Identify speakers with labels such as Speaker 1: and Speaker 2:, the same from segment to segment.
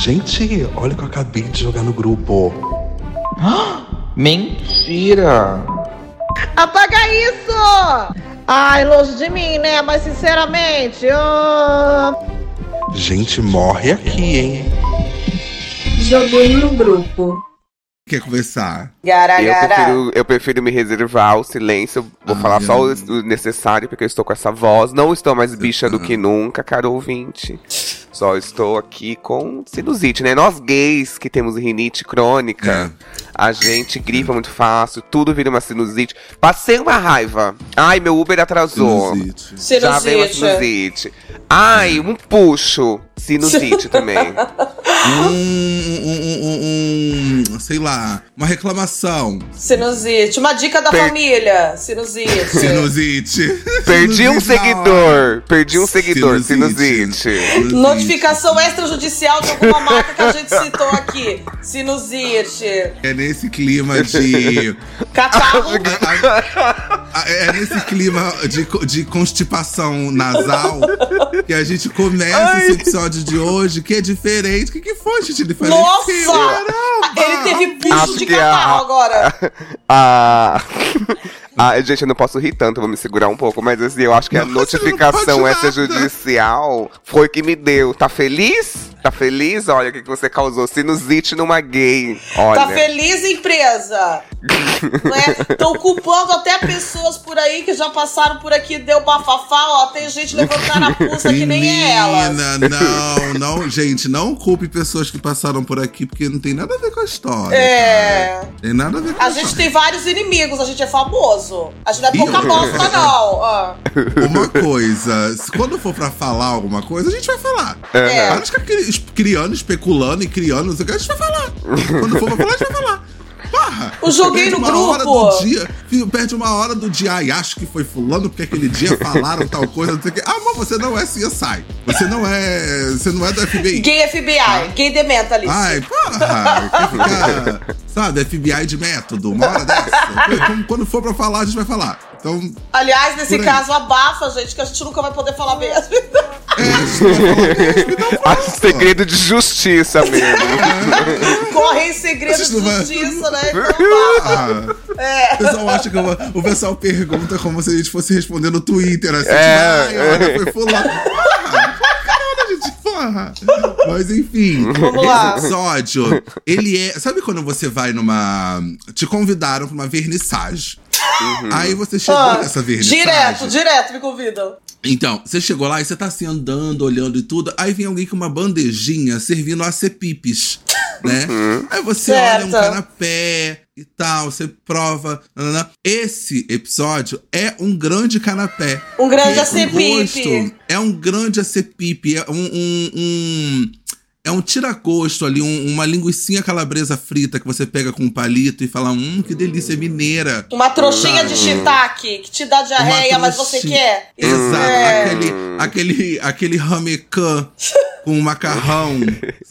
Speaker 1: Gente, olha o que eu acabei de jogar no grupo.
Speaker 2: Mentira!
Speaker 3: Apaga isso! Ai, longe de mim, né? Mas sinceramente, eu.
Speaker 1: Gente, morre aqui, hein?
Speaker 4: Joguei no grupo.
Speaker 5: Quer começar?
Speaker 3: Gara,
Speaker 2: Eu
Speaker 3: gara.
Speaker 2: prefiro, eu prefiro me reservar ao silêncio. Vou
Speaker 5: Ah,
Speaker 6: Uhum.
Speaker 2: falar só o,
Speaker 5: não.
Speaker 2: o necessário, porque eu estou com essa voz. Não estou mais bicha do que nunca, caro ouvinte. Só estou aqui com sinusite, né? Nós gays que temos rinite crônica, a gente gripa muito fácil, tudo vira uma sinusite. Passei uma raiva. Ai, meu Uber atrasou.
Speaker 5: Sinusite.
Speaker 2: Já veio uma sinusite. Ai, um puxo. Sinusite também.
Speaker 5: Um, um, um, um, um, sei lá, uma reclamação.
Speaker 7: Sinusite. Uma dica da
Speaker 2: Per-
Speaker 7: família. Sinusite.
Speaker 5: Sinusite.
Speaker 2: É. Perdi um
Speaker 5: Sinusite na hora.
Speaker 2: seguidor. Perdi um seguidor.
Speaker 5: Sinusite.
Speaker 2: Sinusite.
Speaker 7: Notificação extrajudicial de alguma marca que a gente citou aqui. Sinusite.
Speaker 5: É nesse clima de.
Speaker 7: Catarro.
Speaker 5: Ah, É nesse clima de, co- de constipação nasal que a gente começa esse episódio de hoje, que é diferente. O que, que foi, gente? Ele falou.
Speaker 7: Nossa!
Speaker 5: Caramba!
Speaker 7: Ele teve puxo
Speaker 2: Acho
Speaker 7: de
Speaker 2: que é
Speaker 7: catarro
Speaker 2: a-
Speaker 7: agora.
Speaker 2: Ah. ah, gente, eu não posso rir tanto, vou me segurar um pouco, mas assim, eu acho que a
Speaker 5: Nossa, não
Speaker 2: notificação
Speaker 5: pode
Speaker 2: extrajudicial foi que me deu. Tá feliz? Tá feliz? Olha o que que você causou. Sinusite numa gay. Olha.
Speaker 7: Tá feliz, empresa? Estão culpando até pessoas por aí que já passaram por aqui, deu bafafá, ó. Tem gente levantando a pulsa que nem é ela.
Speaker 5: Menina, não, não, gente, não culpe pessoas que passaram por aqui, porque não tem nada a ver com a história.
Speaker 7: É.
Speaker 5: cara. Tem nada a ver com a,
Speaker 7: A gente tem vários inimigos, a gente é famoso. A gente não é
Speaker 5: Ih,
Speaker 7: pouca
Speaker 5: eu-
Speaker 7: bosta, não. Ah.
Speaker 5: história. Uma coisa, se- quando for pra falar alguma coisa, a gente vai falar.
Speaker 7: É.
Speaker 5: Para de ficar cri- es- criando, especulando e criando, não sei o que, a gente vai falar. Quando for pra falar, a gente vai falar. Porra!
Speaker 7: Eu joguei no
Speaker 5: perde uma Hora
Speaker 7: grupo.
Speaker 5: do dia, fi- perde uma hora do dia, ai, acho que foi fulano, porque aquele dia falaram tal coisa, não sei o que. Ah, mas você não é CSI. Você não é. Você não é do FBI.
Speaker 7: Gay FBI, gay dementalista.
Speaker 5: Tá. Ai, porra! quer ficar, sabe, FBI de método, uma hora dessa. Quando- Quando for pra falar, a gente vai falar. Então,
Speaker 7: Aliás, nesse
Speaker 5: Por aí.
Speaker 7: caso, abafa, gente, que a gente nunca vai poder falar mesmo.
Speaker 2: Ah, segredo de justiça mesmo.
Speaker 7: Corre em segredo de
Speaker 5: Vocês não vai-
Speaker 7: justiça, né? Então, abafa.
Speaker 5: ah,
Speaker 7: É.
Speaker 5: o pessoal acha que eu vou- o pessoal pergunta como se a gente fosse responder no Twitter, assim,
Speaker 2: É.
Speaker 5: tipo, ai, olha, foi fulano. Porra, que hora, gente, porra. Mas enfim,
Speaker 7: Vamos lá.
Speaker 5: esse episódio, ele é. Sabe quando você vai numa. Te convidaram pra uma vernissage.
Speaker 2: Uhum.
Speaker 5: Aí você chegou
Speaker 7: Ah,
Speaker 5: nessa vernissage.
Speaker 7: direto, direto, me convidam.
Speaker 5: Então, você chegou lá e você tá assim andando, olhando e tudo. Aí vem alguém com uma bandejinha servindo acepipes, né? Aí você olha um
Speaker 7: Certo.
Speaker 5: canapé e tal, você prova. nananã. Esse episódio é um grande canapé.
Speaker 7: Um grande
Speaker 5: Que é
Speaker 7: acepipe.
Speaker 5: gosto- É um grande acepipe, é um. um- um- é um tiragosto ali, um- uma linguicinha calabresa frita que você pega com um palito e fala: hum, que delícia, mineira.
Speaker 7: Uma trouxinha de shiitake que te dá diarreia, É, mas você
Speaker 5: Hum. trouxinha.
Speaker 7: quer. Isso
Speaker 5: Exato,
Speaker 7: é.
Speaker 5: aquele, aquele, aquele ramecan com macarrão,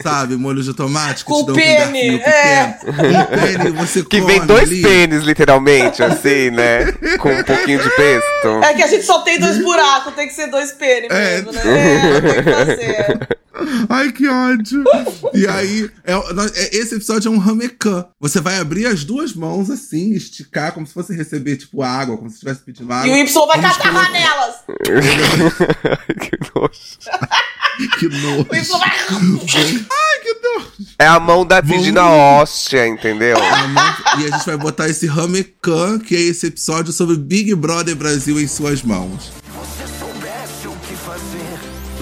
Speaker 5: sabe? Molho de tomate, que
Speaker 7: Com
Speaker 5: te dá um
Speaker 7: pene,
Speaker 5: garfinho pequeno.
Speaker 7: é.
Speaker 5: Um pene, você
Speaker 2: Que
Speaker 5: come
Speaker 2: vem dois
Speaker 5: ali.
Speaker 2: pênis, literalmente, assim, né? Com um pouquinho de pesto.
Speaker 7: É que a gente só tem dois buracos, tem que ser dois pênis
Speaker 5: É.
Speaker 7: mesmo, né? É, tem que fazer.
Speaker 5: Ai, que ódio. E aí, é- nós- é- esse episódio é um ramecan. Você vai abrir as duas mãos assim, esticar, como se fosse receber, tipo, água, como se estivesse pedindo água.
Speaker 7: E o Y vai
Speaker 5: Vamos
Speaker 7: catarrar
Speaker 5: colocar-
Speaker 7: nelas.
Speaker 2: que nojo.
Speaker 5: Que nojo.
Speaker 7: O Y vai.
Speaker 5: Ai, que nojo.
Speaker 2: É a mão da Virgina Hóstia, entendeu?
Speaker 5: Tá muito- e a gente vai botar esse Ramecan, que é esse episódio sobre Big Brother Brasil em suas mãos.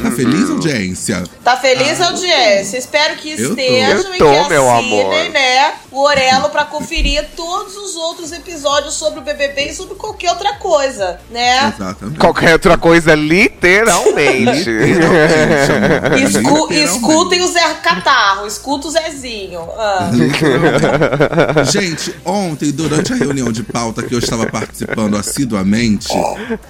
Speaker 5: Tá feliz,
Speaker 7: Uhum.
Speaker 5: audiência?
Speaker 7: Tá feliz, audiência? Espero que
Speaker 5: Eu tô.
Speaker 7: estejam
Speaker 2: Eu
Speaker 7: e que
Speaker 2: tô,
Speaker 7: assinem,
Speaker 2: meu amor.
Speaker 7: né? O Orelo pra conferir todos os outros episódios sobre o BBB e sobre qualquer outra coisa, né?
Speaker 5: Exatamente.
Speaker 2: Qualquer outra coisa, literalmente.
Speaker 5: Literalmente, amor.
Speaker 7: Escu
Speaker 5: Literalmente.
Speaker 7: escutem o Zé Catarro, escuta o Zezinho. Ah.
Speaker 5: Literalmente. Gente, ontem, durante a reunião de pauta que eu estava participando assiduamente,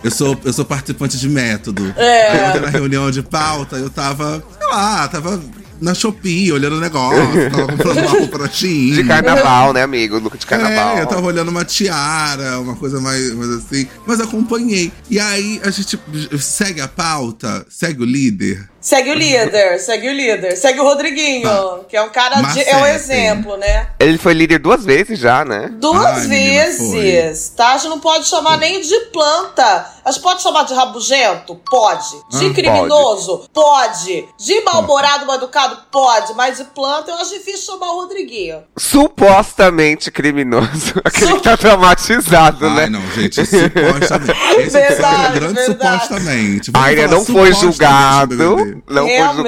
Speaker 5: eu sou, eu sou participante de método.
Speaker 7: É.
Speaker 5: Aí ontem na reunião de pauta, eu tava, sei lá, tava na Shopee, olhando o negócio, tava comprando uma roupa na Shein.
Speaker 2: De carnaval, né, amigo? Luca de carnaval.
Speaker 5: Uhum. É, eu tava olhando uma tiara, uma coisa mais, mais assim. Mas acompanhei. E aí a gente segue a pauta, segue o líder.
Speaker 7: Segue o líder, segue o líder. Segue o Rodriguinho,
Speaker 5: Tá.
Speaker 7: que é um cara. de- é um
Speaker 5: Macete.
Speaker 7: exemplo, né?
Speaker 2: Ele foi líder duas vezes já, né?
Speaker 7: Duas
Speaker 5: Ai, menina,
Speaker 7: vezes, tá? A gente não pode chamar nem de planta. A gente pode chamar de rabugento? Pode. De
Speaker 5: Hum,
Speaker 7: criminoso? Pode. De mal-humorado, mal-educado? Pode. Mas de planta eu acho difícil chamar o Rodriguinho.
Speaker 2: Supostamente criminoso. Aquele que tá traumatizado,
Speaker 5: Ai,
Speaker 2: né?
Speaker 5: não, gente, supostamente. Esse
Speaker 7: Verdade,
Speaker 5: foi um grande
Speaker 7: verdade.
Speaker 5: supostamente. Vamos
Speaker 2: Ainda
Speaker 5: falar
Speaker 2: né, não foi
Speaker 5: supostamente,
Speaker 2: julgado.
Speaker 5: BBB.
Speaker 2: Não
Speaker 7: Realmente.
Speaker 2: foi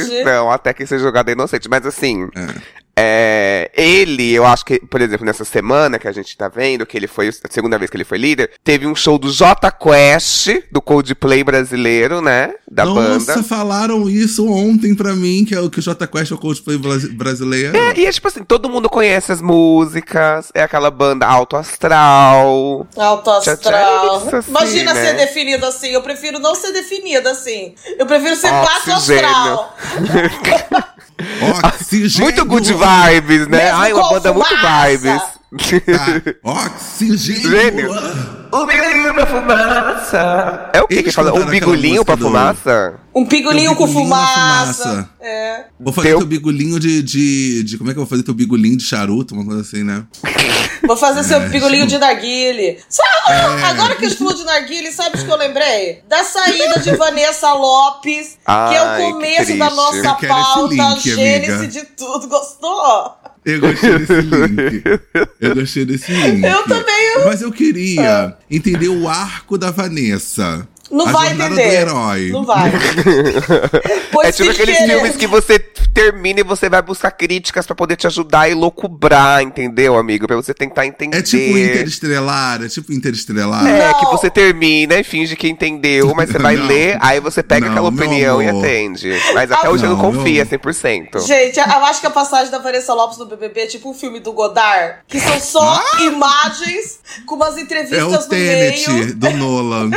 Speaker 2: julgado. Não, até que seja julgado é inocente. Mas assim,
Speaker 5: É.
Speaker 2: É, ele, eu acho que, por exemplo, nessa semana que a gente tá vendo, que ele foi, a segunda vez que ele foi líder, teve um show do J Quest, do Coldplay brasileiro, né? Da
Speaker 5: Nossa,
Speaker 2: banda.
Speaker 5: falaram isso ontem pra mim, que é o que o Jota Quest é o cosplay brasi- brasileiro.
Speaker 2: É, e é tipo assim, todo mundo conhece as músicas, é aquela banda alto astral.
Speaker 7: Alto astral.
Speaker 2: Tchau, tchau, é isso assim,
Speaker 7: Imagina
Speaker 2: né?
Speaker 7: ser definido assim. Eu prefiro não ser definida assim. Eu prefiro ser baixo
Speaker 2: Oxigênio.
Speaker 7: astral.
Speaker 5: Oxigênio.
Speaker 2: muito good vibes, né?
Speaker 7: Mesmo
Speaker 2: Ai, uma
Speaker 7: com
Speaker 2: banda muito
Speaker 7: fumaça.
Speaker 2: vibes.
Speaker 5: Tá. Oxigênio.
Speaker 2: Gênio. O bigolinho pra fumaça. É o que
Speaker 5: Eles
Speaker 2: que fala?
Speaker 5: cantaram
Speaker 2: Um
Speaker 5: aquela
Speaker 2: bigolinho pra
Speaker 5: música do-
Speaker 2: fumaça?
Speaker 7: Um pigolinho
Speaker 5: Tem um
Speaker 7: com
Speaker 5: bigolinho na
Speaker 7: fumaça.
Speaker 5: fumaça.
Speaker 7: É.
Speaker 5: Vou fazer
Speaker 2: Teu-
Speaker 5: teu bigolinho de, de, de- Como é que eu vou fazer teu bigolinho de charuto? Uma coisa assim, né?
Speaker 7: Vou fazer seu
Speaker 5: É,
Speaker 7: pigolinho de
Speaker 5: tipo-
Speaker 7: narguile. Sabe, Ah, Agora que eu estou de narguile, sabe o que eu lembrei? Da saída de Vanessa Lopes, que
Speaker 2: Ai,
Speaker 7: é o
Speaker 2: que
Speaker 7: começo da
Speaker 2: triste.
Speaker 7: nossa
Speaker 5: Eu quero esse
Speaker 7: pauta, a
Speaker 5: link,
Speaker 7: gênese
Speaker 5: amiga.
Speaker 7: de tudo. Gostou?
Speaker 5: Eu gostei desse link. Eu gostei desse link.
Speaker 7: Eu também,
Speaker 5: Mas eu queria entender o arco da Vanessa.
Speaker 7: Não
Speaker 5: a
Speaker 7: vai
Speaker 5: jornada
Speaker 7: entender.
Speaker 5: do herói.
Speaker 7: Não vai. pois
Speaker 2: é tipo
Speaker 7: se
Speaker 2: aqueles
Speaker 7: querer-
Speaker 2: filmes que você termina e você vai buscar críticas pra poder te ajudar e loucubrar, entendeu, amigo? Pra você tentar entender.
Speaker 5: É tipo interestelar, é tipo interestelar.
Speaker 2: É,
Speaker 7: Não.
Speaker 2: que você termina e finge que entendeu, mas você vai
Speaker 5: Não.
Speaker 2: ler, aí você pega
Speaker 5: Não,
Speaker 2: aquela
Speaker 5: meu
Speaker 2: opinião e
Speaker 5: amor.
Speaker 2: atende. Mas até
Speaker 7: Ah,
Speaker 2: hoje eu não
Speaker 5: não, meu
Speaker 2: confia
Speaker 5: amor.
Speaker 2: 100%.
Speaker 7: Gente, eu acho que a passagem da Vanessa Lopes no BBB é tipo um filme do Godard, que são só imagens com umas
Speaker 5: Ah! É
Speaker 7: entrevistas
Speaker 5: o
Speaker 7: no
Speaker 5: Tenet
Speaker 7: meio.
Speaker 5: do Nolan.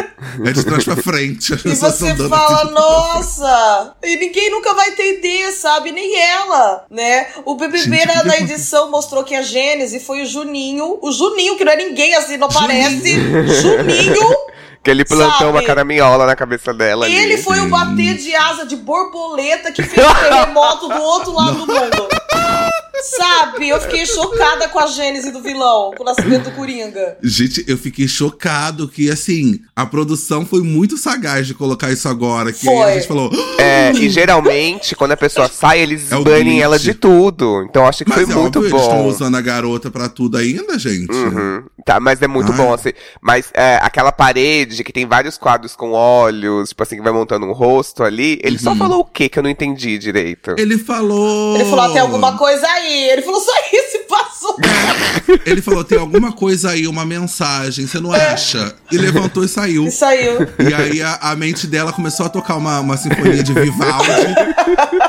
Speaker 5: É de trás pra frente. As
Speaker 7: E
Speaker 5: pessoas
Speaker 7: você
Speaker 5: andando
Speaker 7: fala,
Speaker 5: assim.
Speaker 7: nossa! E ninguém nunca vai entender, sabe? Nem ela, né? O BBB
Speaker 5: Gente,
Speaker 7: na,
Speaker 5: que
Speaker 7: na
Speaker 5: que
Speaker 7: edição mostrou que a Gênese foi o Juninho. O Juninho, que não é ninguém assim, não parece. Juninho!
Speaker 2: Que ele plantou uma
Speaker 7: Sabe?
Speaker 2: caraminhola na cabeça dela. ali.
Speaker 7: Ele foi o bater de asa de borboleta que fez o terremoto do outro lado do mundo. Sabe? Eu fiquei chocada com a gênese do vilão, com o nascimento do Coringa.
Speaker 5: Gente, eu fiquei chocado que, assim, a produção foi muito sagaz de colocar isso agora. Que aí
Speaker 7: Foi.
Speaker 5: a gente falou. "Ah,
Speaker 2: É, e geralmente, quando a pessoa sai, eles
Speaker 5: É o
Speaker 2: banem
Speaker 5: glitch.
Speaker 2: ela de tudo. Então acho que
Speaker 5: Mas
Speaker 2: foi
Speaker 5: é
Speaker 2: muito
Speaker 5: óbvio, eles estão
Speaker 2: bom.
Speaker 5: usando né? a garota pra tudo ainda, gente.
Speaker 2: Uhum. Tá, mas é muito
Speaker 5: Ai.
Speaker 2: bom, assim. Mas é, aquela parede que tem vários quadros com olhos, tipo assim, que vai montando um rosto ali, ele
Speaker 5: Uhum.
Speaker 2: só falou o quê que eu não entendi direito?
Speaker 5: Ele falou.
Speaker 7: Ele falou, "Ah, tem
Speaker 5: Hum.
Speaker 7: alguma coisa aí. Ele falou, só isso e passou.
Speaker 5: Ele falou, tem alguma coisa aí, uma mensagem, você não
Speaker 7: É.
Speaker 5: acha? E levantou e saiu.
Speaker 7: E saiu.
Speaker 5: E aí a, a mente dela começou a tocar uma, uma sinfonia de Vivaldi.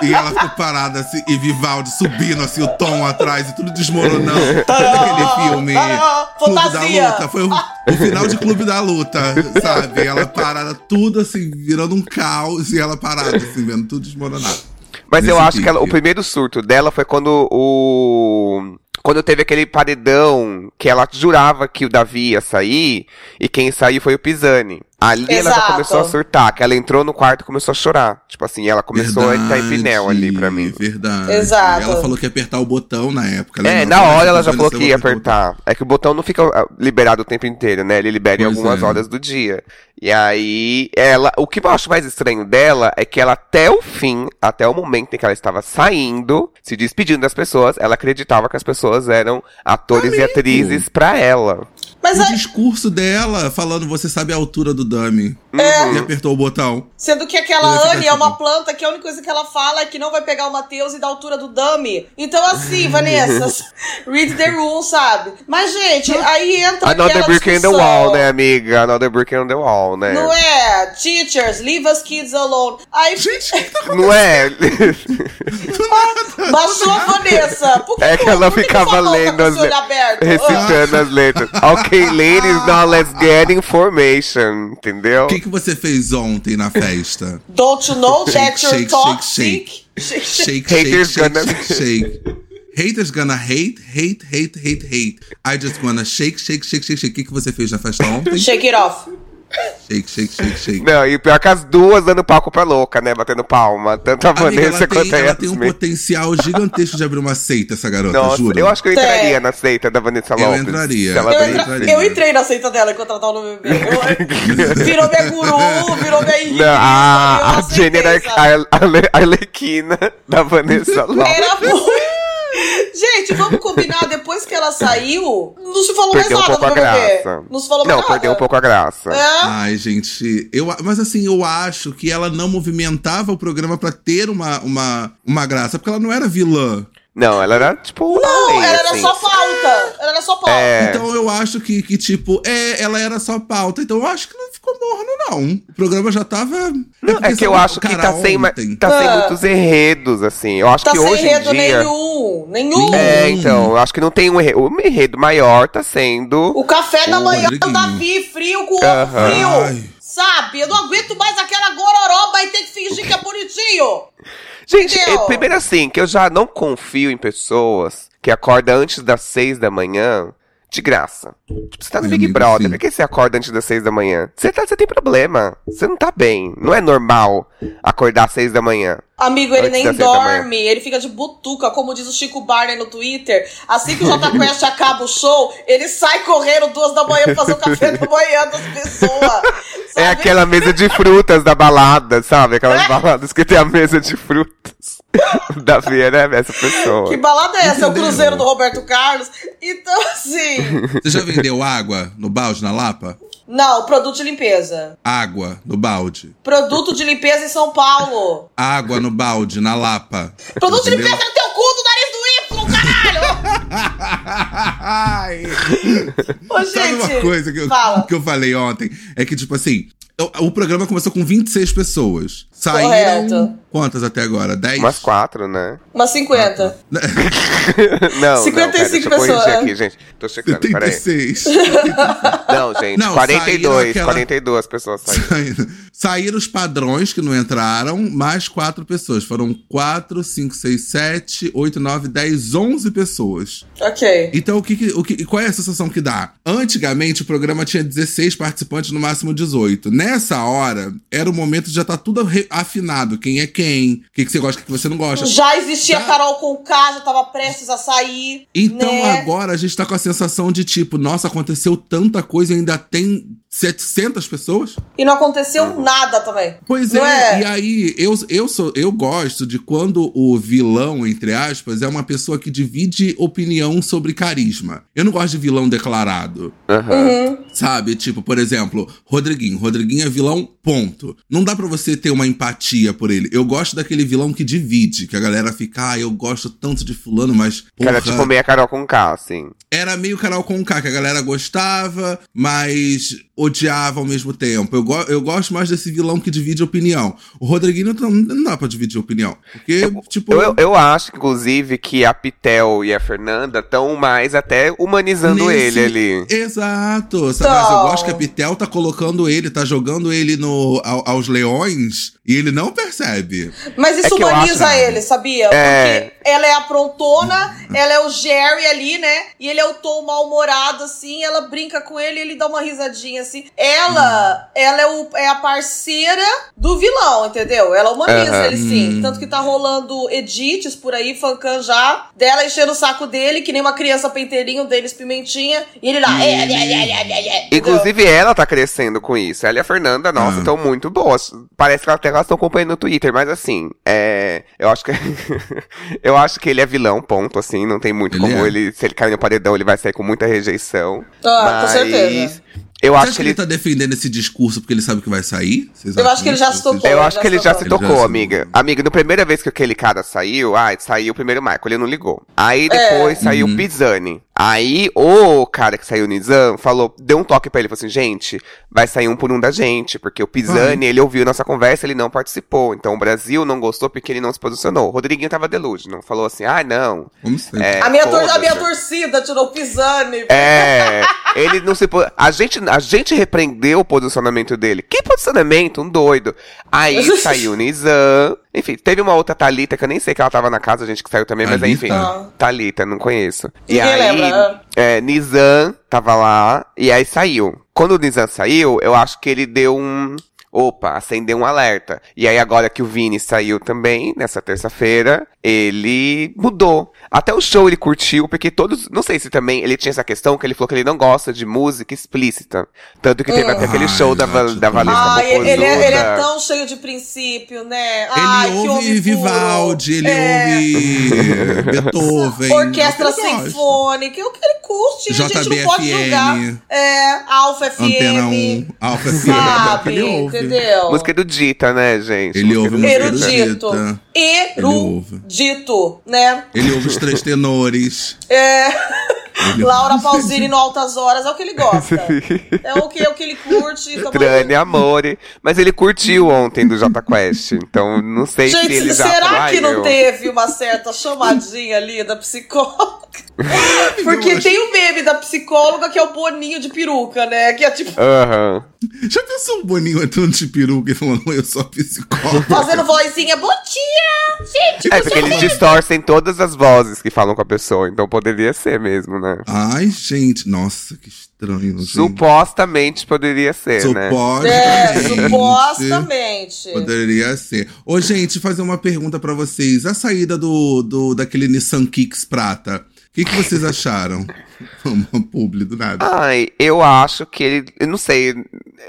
Speaker 5: e ela ficou parada assim, e Vivaldi subindo assim o tom atrás e tudo desmoronando.
Speaker 7: Tá
Speaker 5: Aquele filme.
Speaker 7: Tarará,
Speaker 5: Clube da
Speaker 7: Tá fantasia.
Speaker 5: Luta. Foi o, o final de Clube da Luta, sabe? Ela parada tudo assim, virando um caos e ela parada assim, vendo tudo desmoronado.
Speaker 2: Mas eu
Speaker 5: Nesse
Speaker 2: acho que ela- o
Speaker 5: pique.
Speaker 2: primeiro surto dela foi quando o. Quando teve aquele paredão que ela jurava que o Davi ia sair, e quem saiu foi o Pisani. Ali ela já
Speaker 7: Exato.
Speaker 2: começou a surtar, que ela entrou no quarto e começou a chorar. Tipo assim, ela começou a entrar em pinel ali pra mim.
Speaker 5: Verdade.
Speaker 7: Exato.
Speaker 5: Ela falou que ia apertar o botão na época.
Speaker 2: É,
Speaker 5: lembra?
Speaker 2: na hora ela já
Speaker 5: Vanessa,
Speaker 2: falou que
Speaker 5: eu
Speaker 2: ia
Speaker 5: apertei o botão.
Speaker 2: apertar. É que o botão não fica ah, liberado o tempo inteiro, né? Ele libera em
Speaker 5: Pois
Speaker 2: algumas
Speaker 5: é.
Speaker 2: horas do dia. E aí, ela. O que eu acho mais estranho dela é que ela, até o fim, até o momento em que ela estava saindo, se despedindo das pessoas, ela acreditava que as pessoas eram atores e atrizes pra ela.
Speaker 7: Mas
Speaker 5: O
Speaker 7: aí,
Speaker 5: discurso dela falando você sabe a altura do dummy.
Speaker 7: É.
Speaker 5: E apertou o botão.
Speaker 7: sendo que
Speaker 5: Eu ia
Speaker 7: aquela
Speaker 5: ficar
Speaker 7: Anne é uma
Speaker 5: assim.
Speaker 7: planta que a única coisa que ela fala é que não vai pegar o Matheus e da altura do dummy. Então, assim, Vanessa, read the room, sabe? Mas, gente, aí entra
Speaker 2: Another
Speaker 7: aquela
Speaker 2: Brick in the
Speaker 7: discussão.
Speaker 2: Wall, né, amiga? Another Brick in the Wall, né?
Speaker 7: Não é? Teachers, leave us kids alone. Aí
Speaker 5: Gente, o que tá
Speaker 2: Não é?
Speaker 7: baixou a Vanessa. Por que
Speaker 2: É que ela
Speaker 7: por que
Speaker 2: ficava
Speaker 7: essa boca
Speaker 2: lendo
Speaker 7: com
Speaker 2: as
Speaker 7: esse olho aberto? Ah.
Speaker 2: recitando as letras. Ok, ladies, now let's get information, entendeu?
Speaker 5: O que, que você fez ontem na festa?
Speaker 7: Ah, Don't you know that
Speaker 5: Shake,
Speaker 7: you're
Speaker 5: shake,
Speaker 7: toxic?
Speaker 5: shake,
Speaker 7: Shake, shake.
Speaker 5: Shake, shake,
Speaker 2: Haters
Speaker 5: shake,
Speaker 2: gonna-
Speaker 5: shake, shake. Haters gonna hate, hate, hate, hate, hate. I just wanna shake, shake, shake, shake, shake. O que, que você fez na festa ontem?
Speaker 7: Shake it off.
Speaker 5: Shake, shake, shake, shake.
Speaker 2: Não, e pior que as duas dando palco pra louca, né? Batendo palma. Tanto a
Speaker 5: Amiga, ela
Speaker 2: Vanessa
Speaker 5: tem,
Speaker 2: quanto a
Speaker 5: ela tem um
Speaker 2: Yasmin.
Speaker 5: potencial gigantesco de abrir uma seita, essa garota,
Speaker 2: Nossa,
Speaker 5: juro.
Speaker 2: eu acho que eu entraria
Speaker 7: Tem.
Speaker 2: na seita da Vanessa
Speaker 5: Eu
Speaker 2: Lopes.
Speaker 5: entraria.
Speaker 2: se ela
Speaker 7: Eu,
Speaker 5: Ela
Speaker 2: abrisse.
Speaker 7: entra-
Speaker 5: entraria.
Speaker 7: eu entrei na seita dela enquanto ela tava no bebê. Eu- virou minha guru, virou
Speaker 2: Não,
Speaker 7: minha hippie, eu
Speaker 2: a, é a
Speaker 7: aceitei,
Speaker 2: Jenny era
Speaker 7: sabe?
Speaker 2: a, a, Le- a Arlequina da Vanessa Lopes.
Speaker 7: Era muito. Gente, vamos combinar, depois que ela saiu, não se falou
Speaker 2: Perdeu um
Speaker 7: mais nada
Speaker 2: pouco a
Speaker 7: do BBB.
Speaker 2: graça.
Speaker 7: Não se falou
Speaker 2: Não,
Speaker 7: mais nada.
Speaker 2: perdeu um pouco a graça.
Speaker 7: É.
Speaker 5: Ai, gente, eu, a- mas assim, eu acho que ela não movimentava o programa pra ter uma, uma, uma graça, porque ela não era vilã.
Speaker 2: Não, ela era tipo. uma
Speaker 7: Não,
Speaker 2: lei,
Speaker 7: ela era
Speaker 2: assim.
Speaker 7: só pauta. Ela era só pauta.
Speaker 2: É.
Speaker 5: Então eu acho que, que, tipo, é, ela era só pauta, então eu acho que não ficou morno, não. O programa já tava.
Speaker 2: Não, é
Speaker 5: porque,
Speaker 2: que eu
Speaker 5: sabe,
Speaker 2: acho que
Speaker 5: cara,
Speaker 2: tá, sem, ma-
Speaker 5: ontem-
Speaker 2: tá sem
Speaker 7: Ah.
Speaker 2: muitos enredos, assim. Eu acho
Speaker 7: Tá
Speaker 2: que
Speaker 7: sem
Speaker 2: hoje
Speaker 7: enredo
Speaker 2: em dia.
Speaker 7: nenhum. Nenhum.
Speaker 2: É, então, eu acho que não tem um enredo. O enredo maior tá sendo.
Speaker 7: O café da
Speaker 5: Ô,
Speaker 7: manhã
Speaker 5: Rodriguinho.
Speaker 7: da Vi, frio com ovo
Speaker 2: Aham.
Speaker 7: frio.
Speaker 5: Ai.
Speaker 7: Sabe? Eu não aguento mais aquela gororoba e tem que fingir que é bonitinho.
Speaker 2: Gente,
Speaker 7: Meu.
Speaker 2: é, primeiro assim, que eu já não confio em pessoas que acordam antes das seis da manhã de graça. Tipo, você tá no
Speaker 5: Ai,
Speaker 2: Big
Speaker 5: amigo,
Speaker 2: Brother,
Speaker 5: sim.
Speaker 2: por que você acorda antes das seis da manhã? Você, tá, você tem problema. Você não tá bem. Não é normal acordar às seis da manhã.
Speaker 7: Amigo, ele
Speaker 2: Antes das
Speaker 7: nem
Speaker 2: seis da
Speaker 7: dorme, ele fica de butuca, como diz o Chico Barney no Twitter. Assim que o Jota Quest acaba o show, ele sai correndo duas da manhã pra fazer o café da manhã das pessoas.
Speaker 2: É
Speaker 7: sabe? É.
Speaker 2: aquela mesa de frutas da balada, sabe? Aquelas baladas que tem a mesa de frutas. O Davi era essa pessoa.
Speaker 7: Que balada é essa? É o
Speaker 5: Entendeu?
Speaker 7: Cruzeiro do Roberto Carlos? Então, assim.
Speaker 5: Você já vendeu água no balde na Lapa?
Speaker 7: Não, produto de limpeza.
Speaker 5: Água no balde.
Speaker 7: Produto de limpeza em São Paulo.
Speaker 5: Água no balde na Lapa.
Speaker 7: Produto de
Speaker 5: Entendeu?
Speaker 7: limpeza no teu cu, do nariz do Y, caralho!
Speaker 5: Ai.
Speaker 7: Ô,
Speaker 5: Sabe
Speaker 7: gente,
Speaker 5: uma coisa que eu,
Speaker 7: fala.
Speaker 5: que eu falei ontem? É que, tipo assim, eu- o programa começou com 26 pessoas. Saíram.
Speaker 7: Correto.
Speaker 5: Quantas até agora? 10?
Speaker 2: Umas quatro, né?
Speaker 7: Umas 50.
Speaker 2: Não,
Speaker 7: 55
Speaker 2: não, pera, deixa eu corrigir
Speaker 7: pessoas.
Speaker 2: aqui, gente. Tô checando, peraí.
Speaker 5: 76.
Speaker 2: Não, gente,
Speaker 5: Não,
Speaker 2: 42,
Speaker 5: saíram aquela-
Speaker 2: 42 pessoas saíram.
Speaker 5: Saíram os padrões que não entraram, mais quatro pessoas. Foram 4, 5, 6, 7, 8, 9, 10, 11 pessoas.
Speaker 7: Ok.
Speaker 5: Então, o que, que- o que, e qual é a sensação que dá? Antigamente, o programa tinha 16 participantes, no máximo 18. Nessa hora, era o momento de já estar tudo re- afinado. Quem é quem, o que, que você gosta, o que que você não gosta.
Speaker 7: Já existia
Speaker 5: Tá.
Speaker 7: Carol com K, já tava prestes a sair.
Speaker 5: Então
Speaker 7: né?
Speaker 5: agora a gente tá com a sensação de tipo, nossa, aconteceu tanta coisa e ainda tem 700 pessoas?
Speaker 7: E não aconteceu
Speaker 2: Uhum.
Speaker 7: nada também.
Speaker 5: Pois
Speaker 7: Não
Speaker 5: é,
Speaker 7: é?
Speaker 5: e aí eu, eu, sou, eu gosto de quando o vilão, entre aspas, é uma pessoa que divide opinião sobre carisma. Eu não gosto de vilão declarado.
Speaker 2: Aham.
Speaker 7: Uhum.
Speaker 5: Sabe? Tipo, por exemplo, Rodriguinho. Rodriguinho é vilão, ponto. Não dá pra você ter uma empatia por ele. Eu gosto daquele vilão que divide, que a galera fica, ah, eu gosto tanto de fulano, mas.
Speaker 2: Que Era
Speaker 5: porra,
Speaker 2: tipo meia Carol com K, assim.
Speaker 5: era meio canal com K, que a galera gostava, mas odiava ao mesmo tempo. Eu, go- eu gosto mais desse vilão que divide opinião. O Rodriguinho não, não dá pra dividir opinião. Porque, tipo.
Speaker 2: Eu, eu acho, inclusive, que a Pitel e a Fernanda estão mais até humanizando
Speaker 5: nesse-
Speaker 2: ele ali.
Speaker 5: Exato. Sabe? Mas eu
Speaker 7: Então.
Speaker 5: gosto que a Pitel tá colocando ele, tá jogando ele no, ao- aos leões e ele não percebe.
Speaker 7: Mas
Speaker 2: É
Speaker 7: isso
Speaker 2: que eu
Speaker 7: humaniza
Speaker 2: acho-
Speaker 7: ele, sabia?
Speaker 2: É.
Speaker 7: Porque ela é a prontona, ela é o Jerry ali, né? E ele é o Tom mal-humorado, assim. Ela brinca com ele e ele dá uma risadinha, assim. Ela,
Speaker 2: Uhum.
Speaker 7: ela é, o- é a parceira do vilão, entendeu? Ela humaniza
Speaker 2: Aham. Uhum.
Speaker 7: ele, sim.
Speaker 5: Hum.
Speaker 7: Tanto que tá rolando edits por aí, fancan já, dela enchendo o saco dele, que nem uma criança penteirinho, deles pimentinha. E ele lá... "É, é, é, é, é, é", entendeu?
Speaker 2: Uhum. Inclusive, ela tá crescendo com isso. Ela e a Fernanda, nossa,
Speaker 5: Ah.
Speaker 2: estão muito boas. Parece que até elas estão acompanhando no Twitter, mas assim, é. Eu acho que. eu acho que ele é vilão, ponto, assim. Não tem muito
Speaker 5: Ele
Speaker 2: como
Speaker 5: é.
Speaker 2: ele. Se ele cair no paredão, ele vai sair com muita rejeição.
Speaker 7: Ah, com
Speaker 2: mas
Speaker 7: certeza.
Speaker 2: Eu
Speaker 5: Você
Speaker 2: acho
Speaker 5: acha
Speaker 2: que ele.
Speaker 5: tá defendendo esse discurso porque ele sabe que vai sair? Vocês
Speaker 7: Eu
Speaker 5: acham
Speaker 7: acho que ele já
Speaker 5: isso?
Speaker 7: se tocou.
Speaker 2: Eu acho que ele já se
Speaker 5: Ele já
Speaker 2: tocou,
Speaker 5: se-
Speaker 2: amiga. Amiga, na primeira vez que aquele cara saiu, ah, saiu o primeiro Michael, ele não ligou. Aí depois saiu
Speaker 5: Uhum.
Speaker 2: o Pisani. Aí o cara que saiu o Nizam falou, deu um toque pra ele, falou assim, gente, vai sair um por um da gente, porque o Pisani, ele ouviu nossa conversa, ele não participou. Então o Brasil não gostou porque ele não se posicionou. O Rodriguinho tava delusional, falou assim, ah, não.
Speaker 5: Como sempre.
Speaker 2: é,
Speaker 7: A minha, tor- a
Speaker 2: foda-se."
Speaker 7: minha torcida tirou o Pisani.
Speaker 2: É, ele não se. po- A gente, a gente repreendeu o posicionamento dele. Que posicionamento? Um doido. Aí saiu o Nizam, Enfim, teve uma outra Thalita, que eu nem sei que ela tava na casa, gente, que saiu também, mas
Speaker 5: Thalita?
Speaker 2: enfim. Thalita, não conheço. E
Speaker 7: Ninguém
Speaker 2: aí,
Speaker 7: lembra. né?
Speaker 2: é, Nizam tava lá, e aí saiu. Quando o Nizam saiu, eu acho que ele deu um. Opa, acendeu um alerta. E aí, agora que o Vini saiu também, nessa terça-feira, ele mudou. Até o show ele curtiu, porque todos. Não sei se também ele tinha essa questão que ele falou que ele não gosta de música explícita. Tanto que teve até aquele
Speaker 5: Ai,
Speaker 2: show da, Val-
Speaker 5: Nath,
Speaker 2: da
Speaker 5: eu tô-
Speaker 2: Valesca
Speaker 7: Ai, ele, ele é, ele é
Speaker 2: Popozuda.
Speaker 7: tão cheio de princípio, né?
Speaker 5: Ele
Speaker 7: Ai, que
Speaker 5: ouve
Speaker 7: homem puro.
Speaker 5: Vivaldi, ele
Speaker 7: É.
Speaker 5: ouve Beethoven.
Speaker 7: Orquestra
Speaker 5: Eu gosto.
Speaker 7: Sinfônica, é o que ele curte, a gente não pode julgar.
Speaker 5: JBFM,
Speaker 7: É, Alfa FM,
Speaker 5: Antena 1, Alfa FM. é o que
Speaker 7: sabe?
Speaker 5: ele ouve.
Speaker 7: Entendeu?
Speaker 2: Música erudita, né, gente?
Speaker 5: Ele ouve
Speaker 2: erudita.
Speaker 5: música
Speaker 7: Erudito.
Speaker 5: erudita. Ele ouve.
Speaker 7: Erudito, né?
Speaker 5: Ele ouve os três tenores. Ele-
Speaker 7: Laura Pausini no Altas Horas, é o que ele gosta. É o que, é o que ele curte. então-
Speaker 2: Trane Amore. Mas ele curtiu ontem do Jota Quest. Então não sei se ele
Speaker 7: Gente,
Speaker 2: já falou,
Speaker 7: será
Speaker 2: "Ai,
Speaker 7: que não
Speaker 2: eu-"
Speaker 7: teve uma certa chamadinha ali da psicóloga?
Speaker 5: Eu
Speaker 7: Porque
Speaker 5: acho-
Speaker 7: tem o meme da psicóloga que é o Boninho de peruca, né? Que é tipo,
Speaker 2: Aham.
Speaker 5: Já pensou um Boninho entrando de peruca e falando, eu sou psicólogo?
Speaker 7: fazendo vozinha, bom dia! Gente,
Speaker 2: É porque eles distorcem todas as vozes que falam com a pessoa. Então poderia ser mesmo, né?
Speaker 5: Ai, gente, nossa, que estranho. gente.
Speaker 2: Supostamente poderia ser, né?
Speaker 5: Supostamente.
Speaker 7: É, supostamente.
Speaker 5: Poderia ser. Ô, gente, fazer uma pergunta pra vocês. A saída do, do daquele Nissan Kicks prata, o que, que vocês acharam? Uma publi do nada.
Speaker 2: Ai, eu acho que ele. Eu não sei.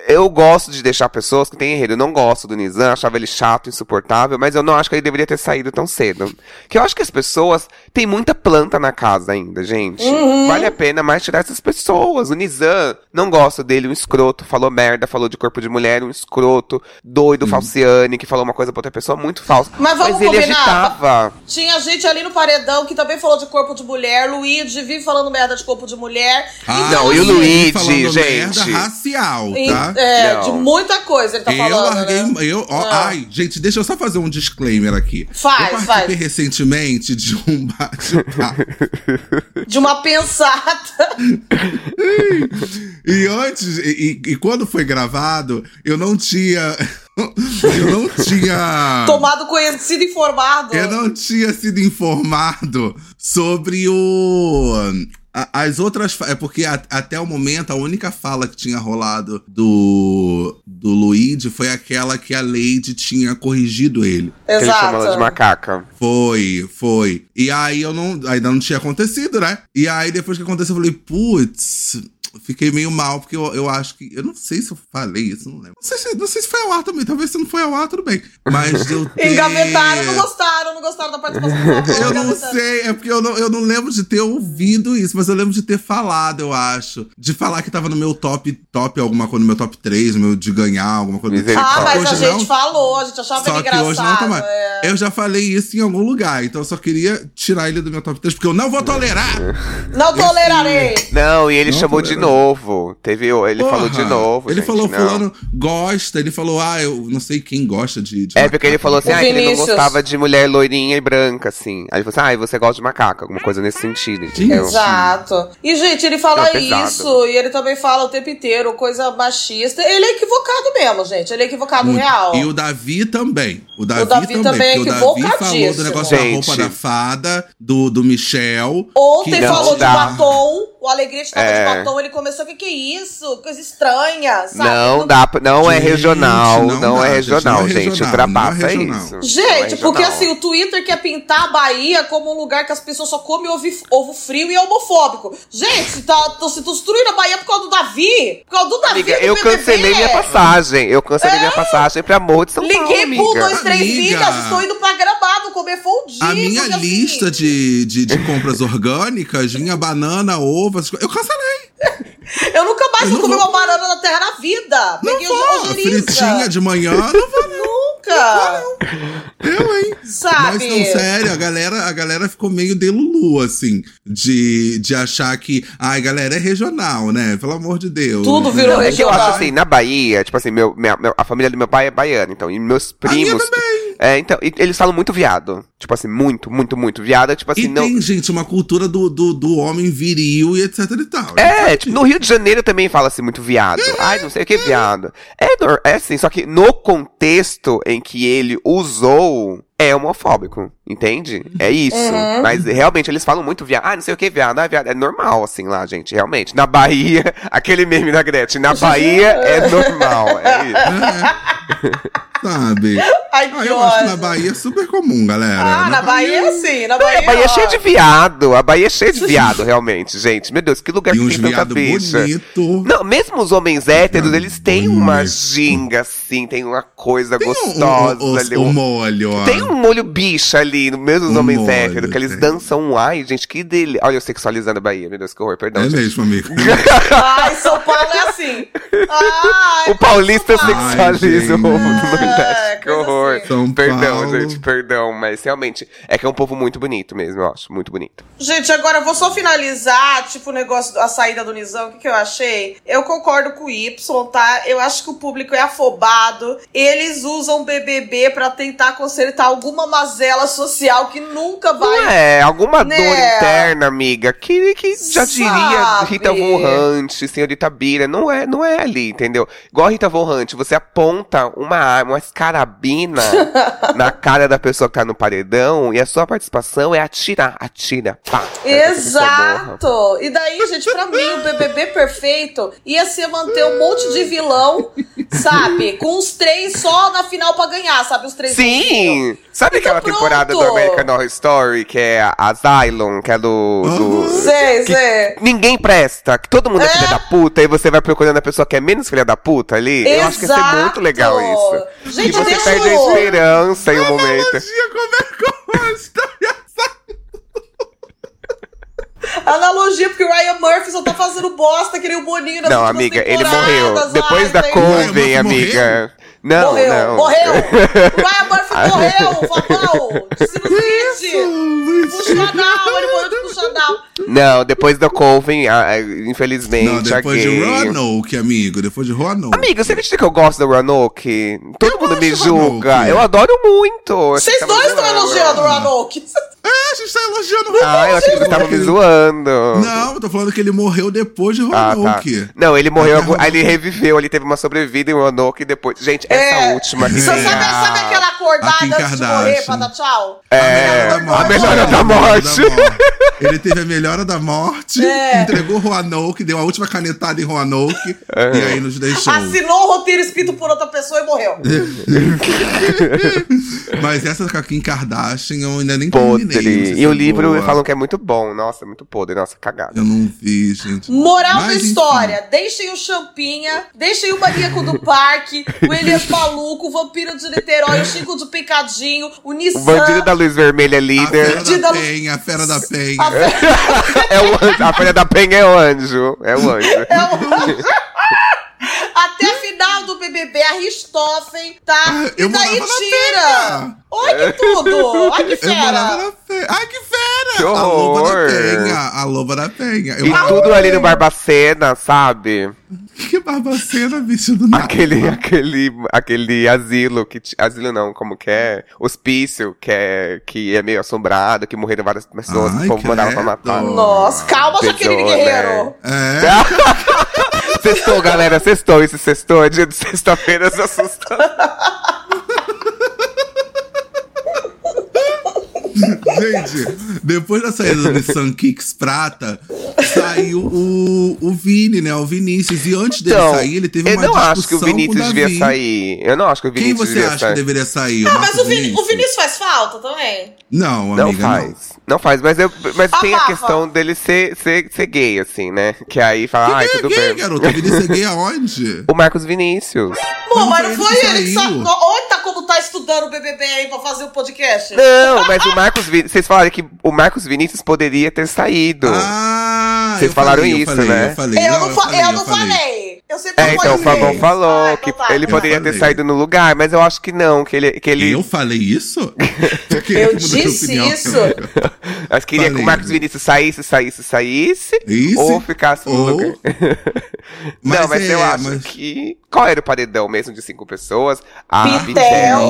Speaker 2: Eu gosto de deixar pessoas que têm enredo. Eu não gosto do Nizam, achava ele chato, insuportável, mas eu não acho que ele deveria ter saído tão cedo. Que eu acho que as pessoas têm muita planta na casa ainda, gente.
Speaker 7: Uhum.
Speaker 2: Vale a pena mais tirar essas pessoas. O Nizam, não gosto dele, um escroto, falou merda, falou de corpo de mulher, um escroto, doido, falciane, que falou uma coisa pra outra pessoa, muito falso.
Speaker 7: Mas vamos
Speaker 2: ele
Speaker 7: combinar?
Speaker 2: agitava.
Speaker 7: Tinha gente ali no paredão que também falou de corpo de mulher. Luigi vive falando merda de corpo de mulher.
Speaker 5: Ah,
Speaker 2: Ah, não,
Speaker 7: assim,
Speaker 2: e o Luigi,
Speaker 5: falando merda
Speaker 2: gente?
Speaker 5: racial,
Speaker 7: em-
Speaker 5: tá?
Speaker 7: é,
Speaker 2: Não.
Speaker 7: de muita coisa ele tá
Speaker 5: eu
Speaker 7: falando.
Speaker 5: larguei. um-
Speaker 7: né?
Speaker 5: Eu, ó,
Speaker 7: Ah.
Speaker 5: Ai, gente, deixa eu só fazer um disclaimer aqui.
Speaker 7: Faz,
Speaker 5: eu
Speaker 7: faz.
Speaker 5: participei recentemente de um bate-papo.
Speaker 7: De uma pensada.
Speaker 5: E antes, e, e- e quando foi gravado, eu não tinha. eu não tinha.
Speaker 7: Tomado conhecido informado.
Speaker 5: Ah. Eu não tinha sido informado sobre o. a- As outras. fa- É porque a- até o momento a única fala que tinha rolado do. do Luigi foi aquela que a Lady tinha corrigido ele.
Speaker 2: Ele chama ela de
Speaker 7: Exato.
Speaker 2: macaca.
Speaker 5: Foi, foi. E aí eu não. Ainda não tinha acontecido, né? E aí depois que aconteceu, eu falei, putz. Fiquei meio mal, porque eu, eu acho que. Eu não sei se eu falei isso, não lembro. Não sei, se, não sei se foi ao ar também. Talvez se não foi ao ar, tudo bem. Mas eu. ter-
Speaker 7: Engavetaram, não gostaram, não gostaram da participação.
Speaker 5: Eu não
Speaker 7: Engavetaram.
Speaker 5: sei, é porque eu não, eu não lembro de ter ouvido isso, mas eu lembro de ter falado, eu acho. De falar que tava no meu top, top alguma coisa, no meu top 3, no meu de ganhar alguma coisa. do tipo.
Speaker 7: Ah, mas a
Speaker 5: Hoje
Speaker 7: gente
Speaker 5: não.
Speaker 7: falou, a gente achava ele
Speaker 5: Só que
Speaker 7: engraçado.
Speaker 5: hoje não tá mais.
Speaker 7: é.
Speaker 5: Eu já falei isso em algum lugar, então eu só queria tirar ele do meu top 3, porque eu não vou tolerar!
Speaker 7: Não
Speaker 5: assim,
Speaker 7: tolerarei.
Speaker 2: Não, e ele
Speaker 5: Não,
Speaker 2: chamou de
Speaker 5: tolerância.
Speaker 2: novo. Teve, o- ele falou de
Speaker 5: Porra!
Speaker 2: novo.
Speaker 5: Ele
Speaker 2: gente,
Speaker 5: falou,
Speaker 2: não.
Speaker 5: fulano gosta, ele falou, ah, eu não sei quem gosta de. de
Speaker 2: É, porque ele falou assim,
Speaker 7: O
Speaker 2: ah, que ele não
Speaker 7: Vinícius.
Speaker 2: gostava de mulher loirinha e branca, assim. Aí ele falou assim, ah, e você gosta de macaca, alguma coisa nesse sentido, entendeu?
Speaker 7: Exato. E, gente, ele fala
Speaker 5: Tá
Speaker 2: É pesado.
Speaker 7: isso, e ele também fala o tempo inteiro, coisa machista. Ele é equivocado mesmo, gente. Ele é equivocado
Speaker 5: Muito.
Speaker 7: real.
Speaker 5: E o Davi também. O Davi,
Speaker 7: Davi
Speaker 5: também.
Speaker 7: também é
Speaker 5: porque o Davi falou do
Speaker 7: equivocadíssimo.
Speaker 5: negócio da
Speaker 2: Gente.
Speaker 5: roupa da fada, do, do Michel.
Speaker 7: Ontem
Speaker 5: que não
Speaker 7: falou
Speaker 2: dá.
Speaker 7: de batom, o Alegria estava
Speaker 2: É.
Speaker 7: de batom, ele começou, o que, que é isso? Coisa estranha, sabe?
Speaker 2: Não dá, pra- não é
Speaker 5: Gente,
Speaker 2: regional,
Speaker 5: não
Speaker 2: não,
Speaker 5: dá,
Speaker 2: é
Speaker 5: gente, não
Speaker 2: regional,
Speaker 5: é
Speaker 2: gente.
Speaker 5: regional, não
Speaker 2: ultrapassa
Speaker 5: é regional.
Speaker 2: isso. Não é
Speaker 7: Gente, porque
Speaker 2: regional.
Speaker 7: assim, o Twitter quer pintar a Bahia como um lugar que as pessoas só comem ovo, ovo frio e é homofóbico. Gente, tá, tá se destruindo a Bahia por causa do Davi. Por causa do Davi
Speaker 2: Amiga,
Speaker 7: do
Speaker 2: eu
Speaker 7: BBB.
Speaker 2: cancelei minha passagem. Eu cancelei minha passagem pra amor de São
Speaker 7: É. Liguei
Speaker 2: Paulo,
Speaker 7: pro
Speaker 2: amiga.
Speaker 7: 23
Speaker 5: Amiga.
Speaker 7: vidas, estou indo pra gramado comer assim, fundido.
Speaker 5: A minha
Speaker 7: meu filho.
Speaker 5: lista de, de, de compras orgânicas vinha banana, ovo, essas coisas. Eu cancelei.
Speaker 7: Eu nunca mais
Speaker 5: Eu
Speaker 7: vou
Speaker 5: não
Speaker 7: comer
Speaker 5: vou.
Speaker 7: uma banana na terra na vida.
Speaker 5: Não
Speaker 7: Peguei
Speaker 5: vou.
Speaker 7: ojeriza.
Speaker 5: Fritinha de manhã, não vou,
Speaker 7: Nunca.
Speaker 5: eu, hein? Mas
Speaker 7: Sabe?
Speaker 5: não, sério, a galera, a galera ficou meio de Lulu, assim, de, de achar que, ai, galera, é regional, né? Pelo amor de Deus.
Speaker 7: Tudo
Speaker 5: né?
Speaker 7: virou
Speaker 2: É que eu
Speaker 7: regional.
Speaker 2: acho assim, na Bahia, tipo assim, meu, minha- meu- a família do meu pai é baiana, então, e meus
Speaker 5: A minha
Speaker 2: primos.
Speaker 5: também.
Speaker 2: É, então, e eles falam muito viado. Tipo assim, muito, muito, muito. Viado é tipo assim,
Speaker 5: E
Speaker 2: não.
Speaker 5: tem, gente, uma cultura do, do, do homem viril e etc e tal.
Speaker 2: É, tipo, no Rio de Janeiro também fala-se muito viado. Ai, não sei o que, viado. É, nor- é assim, só que no contexto em que ele usou, é homofóbico, entende? É isso.
Speaker 7: Uhum.
Speaker 2: Mas realmente eles falam muito viado. Ai, não sei o que, viado. Ai, viado. É normal, assim, lá, gente, realmente. Na Bahia, aquele meme da Gretchen, na Bahia é normal. É isso.
Speaker 5: É, sabe?
Speaker 7: Ai,
Speaker 5: Ah,
Speaker 7: que
Speaker 5: eu acho que na
Speaker 7: ódio.
Speaker 5: Bahia é super comum, galera. né?
Speaker 7: Ah, na Bahia, sim. Na Bahia,
Speaker 2: A Bahia é
Speaker 7: ó.
Speaker 2: cheia de viado. A Bahia é cheia de viado, realmente, gente. Meu Deus, que lugar
Speaker 5: E
Speaker 2: que
Speaker 5: uns
Speaker 2: tem tanta
Speaker 5: viado
Speaker 2: bicha.
Speaker 5: bonito.
Speaker 2: Não, mesmo os homens héteros, eles têm
Speaker 5: bonito.
Speaker 2: uma ginga, assim, tem uma coisa
Speaker 5: Tem um-
Speaker 2: gostosa
Speaker 5: um, um,
Speaker 2: ali.
Speaker 5: um,
Speaker 2: um-
Speaker 5: molho, ó.
Speaker 2: Tem um molho bicha ali, no mesmo os
Speaker 5: Um
Speaker 2: homens
Speaker 5: molho,
Speaker 2: héteros, que eles
Speaker 5: tem.
Speaker 2: dançam um ai, gente, que delícia. Olha, eu sexualizando a Bahia, meu Deus, que horror, perdão.
Speaker 5: É
Speaker 2: gente.
Speaker 5: mesmo, amigo.
Speaker 7: Ai, São Paulo é assim. Ai,
Speaker 2: O paulista
Speaker 7: São Paulo.
Speaker 2: sexualiza o
Speaker 5: gente.
Speaker 2: mundo nordeste,
Speaker 7: É,
Speaker 2: que
Speaker 7: coisa
Speaker 2: horror.
Speaker 7: assim.
Speaker 5: São
Speaker 2: perdão,
Speaker 5: Paulo.
Speaker 2: gente, perdão, mas realmente é que é um povo muito bonito mesmo, eu acho, muito bonito.
Speaker 7: Gente, agora eu vou só finalizar, tipo, o negócio, a saída do Nizam, o que, que eu achei? Eu concordo com o Y, tá? Eu acho que o público é afobado. Eles usam BBB pra tentar consertar alguma mazela social que nunca vai.
Speaker 2: Não é, alguma
Speaker 7: Né?
Speaker 2: dor interna, amiga, que, que já diria
Speaker 7: Sabe?
Speaker 2: Rita Von Hunt, senhorita Bira, não é, não é ali, entendeu? Igual a Rita Von Hunt, você aponta uma arma, uma escarabina na cara da pessoa que tá no paredão e a sua participação é atirar, atira, pá.
Speaker 7: Exato! E daí, gente, pra mim, o BBB perfeito ia ser manter um monte de vilão, sabe? Com os três só na final pra ganhar, sabe? Os três
Speaker 2: Sim!
Speaker 7: bonzinhos.
Speaker 2: Sabe
Speaker 7: Então
Speaker 2: aquela
Speaker 7: pronto.
Speaker 2: temporada do American Horror Story, que é a Asylum, que é do. do-
Speaker 7: Sei,
Speaker 2: que
Speaker 7: sei.
Speaker 2: Ninguém presta, que todo mundo é,
Speaker 7: É.
Speaker 2: filha da puta, e você vai procurando a pessoa que é menos filha da puta ali. Eu acho que ia ser
Speaker 7: Exato.
Speaker 2: muito legal isso.
Speaker 7: Gente,
Speaker 2: e você
Speaker 7: deixa
Speaker 2: perde a
Speaker 7: o-
Speaker 2: esperança em um momento.
Speaker 5: como é que eu
Speaker 7: Analogia, porque o Ryan Murphy só tá fazendo bosta, que nem o Boninho nas
Speaker 2: Não,
Speaker 7: últimas
Speaker 2: amiga, ele
Speaker 7: temporadas.
Speaker 2: morreu.
Speaker 7: Ai,
Speaker 2: Depois da
Speaker 7: gente.
Speaker 5: Morreu,
Speaker 2: Coven,
Speaker 5: mas
Speaker 2: amiga. Não,
Speaker 7: Morreu,
Speaker 2: não.
Speaker 7: morreu. O Ryan Murphy morreu, Fabão. De sinusite. Puxadão, ele morreu de puxadão.
Speaker 2: Não, depois da Coven, a- a- ah, infelizmente,
Speaker 5: Não, depois
Speaker 2: a
Speaker 5: de um
Speaker 2: gay-
Speaker 5: Roanoke, amigo. Depois de Roanoke.
Speaker 2: Amigo, você acredita que eu gosto da Roanoke? Todo
Speaker 5: Eu
Speaker 2: mundo me
Speaker 5: gosto da
Speaker 2: julga.
Speaker 5: Roanoke.
Speaker 2: Eu adoro muito. Eu achei
Speaker 7: Vocês
Speaker 2: que tava
Speaker 7: dois estão
Speaker 2: zoando.
Speaker 7: elogiando o Roanoke.
Speaker 5: É, a gente tá elogiando
Speaker 2: Ah, eu achei que você tava me zoando.
Speaker 5: Não, eu tô falando que ele morreu depois de
Speaker 2: Ah, tá.
Speaker 5: Roanoke.
Speaker 2: Não, ele morreu,
Speaker 7: é
Speaker 5: Até
Speaker 2: algum- aí ele
Speaker 5: Roanoke.
Speaker 2: reviveu, ele teve uma sobrevida em Roanoke e um depois. Gente, essa
Speaker 7: É.
Speaker 2: última é que
Speaker 7: Você sabe,
Speaker 2: tem a-
Speaker 7: sabe aquela
Speaker 5: A
Speaker 7: acordada
Speaker 5: Kim
Speaker 7: antes de morrer
Speaker 5: Kardashian.
Speaker 7: pra dar tchau?
Speaker 2: É,
Speaker 5: A melhora da morte.
Speaker 2: a melhora da morte.
Speaker 5: Ele teve a melhora da morte,
Speaker 7: É.
Speaker 5: entregou Roanoke, deu a última canetada em Roanoke
Speaker 2: É.
Speaker 5: e aí nos deixou.
Speaker 2: Assim-
Speaker 7: Assinou o roteiro escrito por outra pessoa e morreu.
Speaker 5: Mas essa com a Kim Kardashian eu ainda nem terminei. não sei
Speaker 2: Podre.
Speaker 5: se
Speaker 2: E o
Speaker 5: é
Speaker 2: livro
Speaker 5: boa.
Speaker 2: falam que é muito bom. Nossa, muito podre. Nossa, cagada.
Speaker 5: Eu não vi, gente.
Speaker 7: Moral
Speaker 5: Mas,
Speaker 7: da
Speaker 5: enfim.
Speaker 7: história: deixem o Champinha, deixem o maníaco do parque, o Elias Maluco, o vampiro de Niterói, o Chico do Picadinho, o
Speaker 2: O
Speaker 7: Nissan.
Speaker 2: bandido da luz vermelha é
Speaker 5: A
Speaker 2: líder.
Speaker 5: Fera
Speaker 7: Dida-
Speaker 5: da Penha, a Fera da Penha.
Speaker 7: A Fera-
Speaker 2: É o anjo. A filha da Penha é o anjo. É o anjo.
Speaker 7: é o- Até a final do BBB, a Ristoffen, tá?
Speaker 5: Ah,
Speaker 7: e
Speaker 5: eu
Speaker 7: daí
Speaker 5: morava na
Speaker 7: tira!
Speaker 5: Penha.
Speaker 7: Olha que tudo! Olha que
Speaker 5: Eu morava
Speaker 7: fera!
Speaker 5: na Fera. Ai, que Fera!
Speaker 2: Que
Speaker 5: a Loba da
Speaker 2: horror.
Speaker 5: Penha. A Loba da Penha. Eu
Speaker 2: E tudo ali no Barbacena, sabe?
Speaker 5: Que barbacena, bicho do nada.
Speaker 2: Aquele, aquele, aquele asilo que. ti- Asilo não, como que é? Hospício, que é, que é meio assombrado, que morreram várias pessoas, que
Speaker 5: Ai,
Speaker 2: o povo mandava pra
Speaker 5: credo.
Speaker 2: matar.
Speaker 7: Nossa, calma, Jaqueline
Speaker 2: Beijou, né?
Speaker 7: Guerreiro!
Speaker 5: É,
Speaker 2: Sextou, galera, sextou. Esse sextou é dia de sexta-feira, se assustou.
Speaker 5: gente, depois da saída do Nissan Kicks Prata, saiu o, o Vini, né? O Vinícius. E antes dele sair, ele teve
Speaker 2: Então, eu
Speaker 5: uma
Speaker 2: não
Speaker 5: discussão
Speaker 2: acho que o
Speaker 5: com
Speaker 2: Vinícius
Speaker 5: Davi.
Speaker 2: devia sair. Eu não acho que o
Speaker 5: Quem
Speaker 2: Vinícius
Speaker 5: você
Speaker 2: devia
Speaker 5: acha
Speaker 2: sair.
Speaker 5: que deveria sair?
Speaker 7: Ah, mas o, Vini, o
Speaker 5: Vinícius?
Speaker 7: Vinícius faz falta também?
Speaker 5: Não,
Speaker 2: Não
Speaker 5: amiga, não.
Speaker 2: faz. Não faz, mas, eu, mas tem a
Speaker 7: Abafa.
Speaker 2: questão dele ser, ser, ser gay, assim, né? Que aí fala, ai,
Speaker 5: Quem é
Speaker 2: tudo
Speaker 5: gay,
Speaker 2: bem.
Speaker 5: garoto? O Vinícius é gay aonde?
Speaker 2: O Marcos Vinícius.
Speaker 7: Pô,
Speaker 5: Não,
Speaker 7: mas não foi ele que saiu.
Speaker 5: saiu.
Speaker 7: Olha tá como tá estudando o BBB aí pra fazer o podcast.
Speaker 2: Não, mas o Marcos Vinícius. Vocês falaram que o Marcos Vinícius poderia ter saído.
Speaker 5: Ah,
Speaker 2: Vocês
Speaker 5: eu
Speaker 2: falaram
Speaker 5: falei, eu
Speaker 2: isso,
Speaker 5: falei,
Speaker 2: né?
Speaker 5: Eu, falei,
Speaker 7: Eu não, fa- eu
Speaker 5: eu
Speaker 7: não falei. Eu sempre
Speaker 2: É, então o
Speaker 7: falei.
Speaker 2: Fabão falou
Speaker 7: Ah,
Speaker 2: que
Speaker 7: então tá.
Speaker 2: ele
Speaker 5: Eu
Speaker 2: poderia ter
Speaker 5: falei.
Speaker 2: saído no lugar, mas eu acho que não, que ele. Que ele...
Speaker 5: Eu falei isso? Porque
Speaker 7: Eu
Speaker 5: mudou de
Speaker 7: disse
Speaker 5: opinião.
Speaker 7: isso.
Speaker 2: Nós queria que o Marcos Vinícius saísse, saísse, saísse.
Speaker 5: É Isso.
Speaker 2: Ou ficasse no
Speaker 5: Ou-
Speaker 2: lugar.
Speaker 5: Mas
Speaker 2: não, mas
Speaker 5: é,
Speaker 2: eu acho
Speaker 5: mas-
Speaker 2: que. Qual era o paredão mesmo de cinco pessoas? A
Speaker 7: Pitel.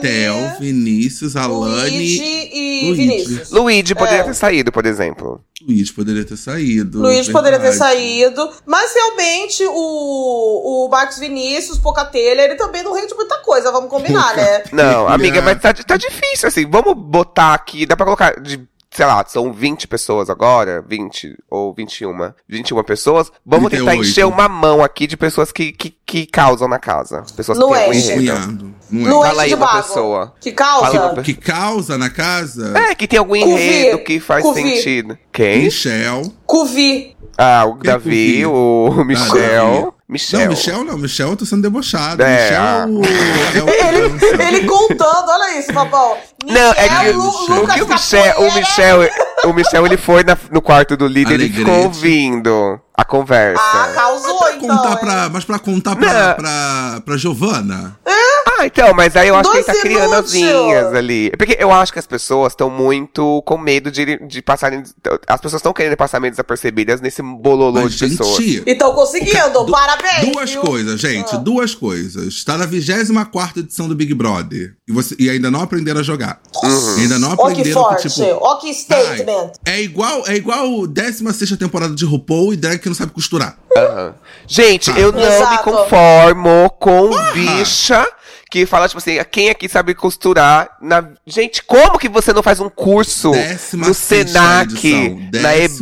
Speaker 2: Pitel.
Speaker 5: Vinícius,
Speaker 7: Alane,
Speaker 5: Pitel, Vinícius,
Speaker 7: Luigi
Speaker 5: Alane.
Speaker 7: e
Speaker 5: Luigi.
Speaker 7: Vinícius.
Speaker 2: Luigi poderia
Speaker 7: É.
Speaker 2: ter saído, por exemplo.
Speaker 5: Luiz poderia ter saído.
Speaker 7: Luiz poderia ter
Speaker 5: verdade.
Speaker 7: saído, mas realmente o, o Marcos Vinícius, pouca telha, ele também não rende muita coisa, vamos combinar, né?
Speaker 2: Não,
Speaker 5: Ele
Speaker 2: amiga,
Speaker 5: é-
Speaker 2: mas tá, tá difícil, assim. Vamos botar aqui. Dá pra colocar de. Sei lá, são 20 pessoas agora, 20 ou 21. 21 pessoas. Vamos tentar
Speaker 5: 38.
Speaker 2: encher uma mão aqui de pessoas que, que, que causam na casa. As pessoas
Speaker 7: No
Speaker 2: que têm um
Speaker 7: Oeste.
Speaker 2: enredo.
Speaker 5: Cunhado. Não é?
Speaker 7: Não
Speaker 2: Fala aí
Speaker 7: de
Speaker 2: uma
Speaker 7: bago.
Speaker 2: pessoa.
Speaker 7: Que
Speaker 2: Fala aí uma
Speaker 7: causa?
Speaker 2: pessoa.
Speaker 5: Que causa na casa?
Speaker 2: É, que tem algum
Speaker 7: Cuvi.
Speaker 2: enredo que faz
Speaker 7: Cuvi.
Speaker 2: sentido. Quem?
Speaker 5: Michel.
Speaker 7: Cuvi.
Speaker 2: Ah, o
Speaker 5: Quem é Cuvi?
Speaker 2: Davi, o Michel. Michel.
Speaker 5: Não, Michel não. Michel eu tô sendo debochado.
Speaker 2: É,
Speaker 5: Michel é o... É o criança.
Speaker 7: Ele contando, olha isso, Fabão.
Speaker 2: Não, é que,
Speaker 7: Michel, Lu-
Speaker 5: Michel.
Speaker 7: Lucas né?
Speaker 2: que o Michel, o
Speaker 7: Capoeira.
Speaker 2: Michel, o Michel, ele foi na- no quarto do líder, ele
Speaker 5: Alegrete.
Speaker 2: ficou ouvindo a conversa.
Speaker 7: Ah, causou
Speaker 5: Pra
Speaker 7: então.
Speaker 5: contar
Speaker 7: hein?
Speaker 5: pra, mas pra contar
Speaker 2: Não.
Speaker 5: pra, pra, pra Giovana?
Speaker 2: Ah, então, mas aí eu acho
Speaker 7: Dois
Speaker 2: que ele tá criando as
Speaker 7: inútil.
Speaker 2: linhas ali. É Porque eu acho que as pessoas estão muito com medo de, de passarem. As pessoas estão querendo passar meio desapercebidas nesse bololô
Speaker 5: Mas,
Speaker 2: de pessoas.
Speaker 5: gente,
Speaker 7: Então conseguindo,
Speaker 5: Du-
Speaker 7: parabéns.
Speaker 5: Duas
Speaker 7: viu?
Speaker 5: coisas, gente, duas coisas. Tá na 24 edição do Big Brother. E, você, e ainda não aprenderam a jogar.
Speaker 2: Uhum.
Speaker 5: Ainda não
Speaker 7: Ó que
Speaker 5: aprenderam
Speaker 7: forte,
Speaker 5: que, tipo.
Speaker 7: ó que statement.
Speaker 5: É igual, é igual 16 temporada de RuPaul e drag que não sabe costurar.
Speaker 2: Aham. Gente, eu não me
Speaker 7: Exato.
Speaker 2: conformo com bicha que fala, tipo assim, quem aqui sabe costurar? Na... Gente, como que você não faz um curso
Speaker 5: Décima
Speaker 2: no
Speaker 5: sexta
Speaker 2: Senac,
Speaker 5: edição,
Speaker 2: na
Speaker 5: décima sexta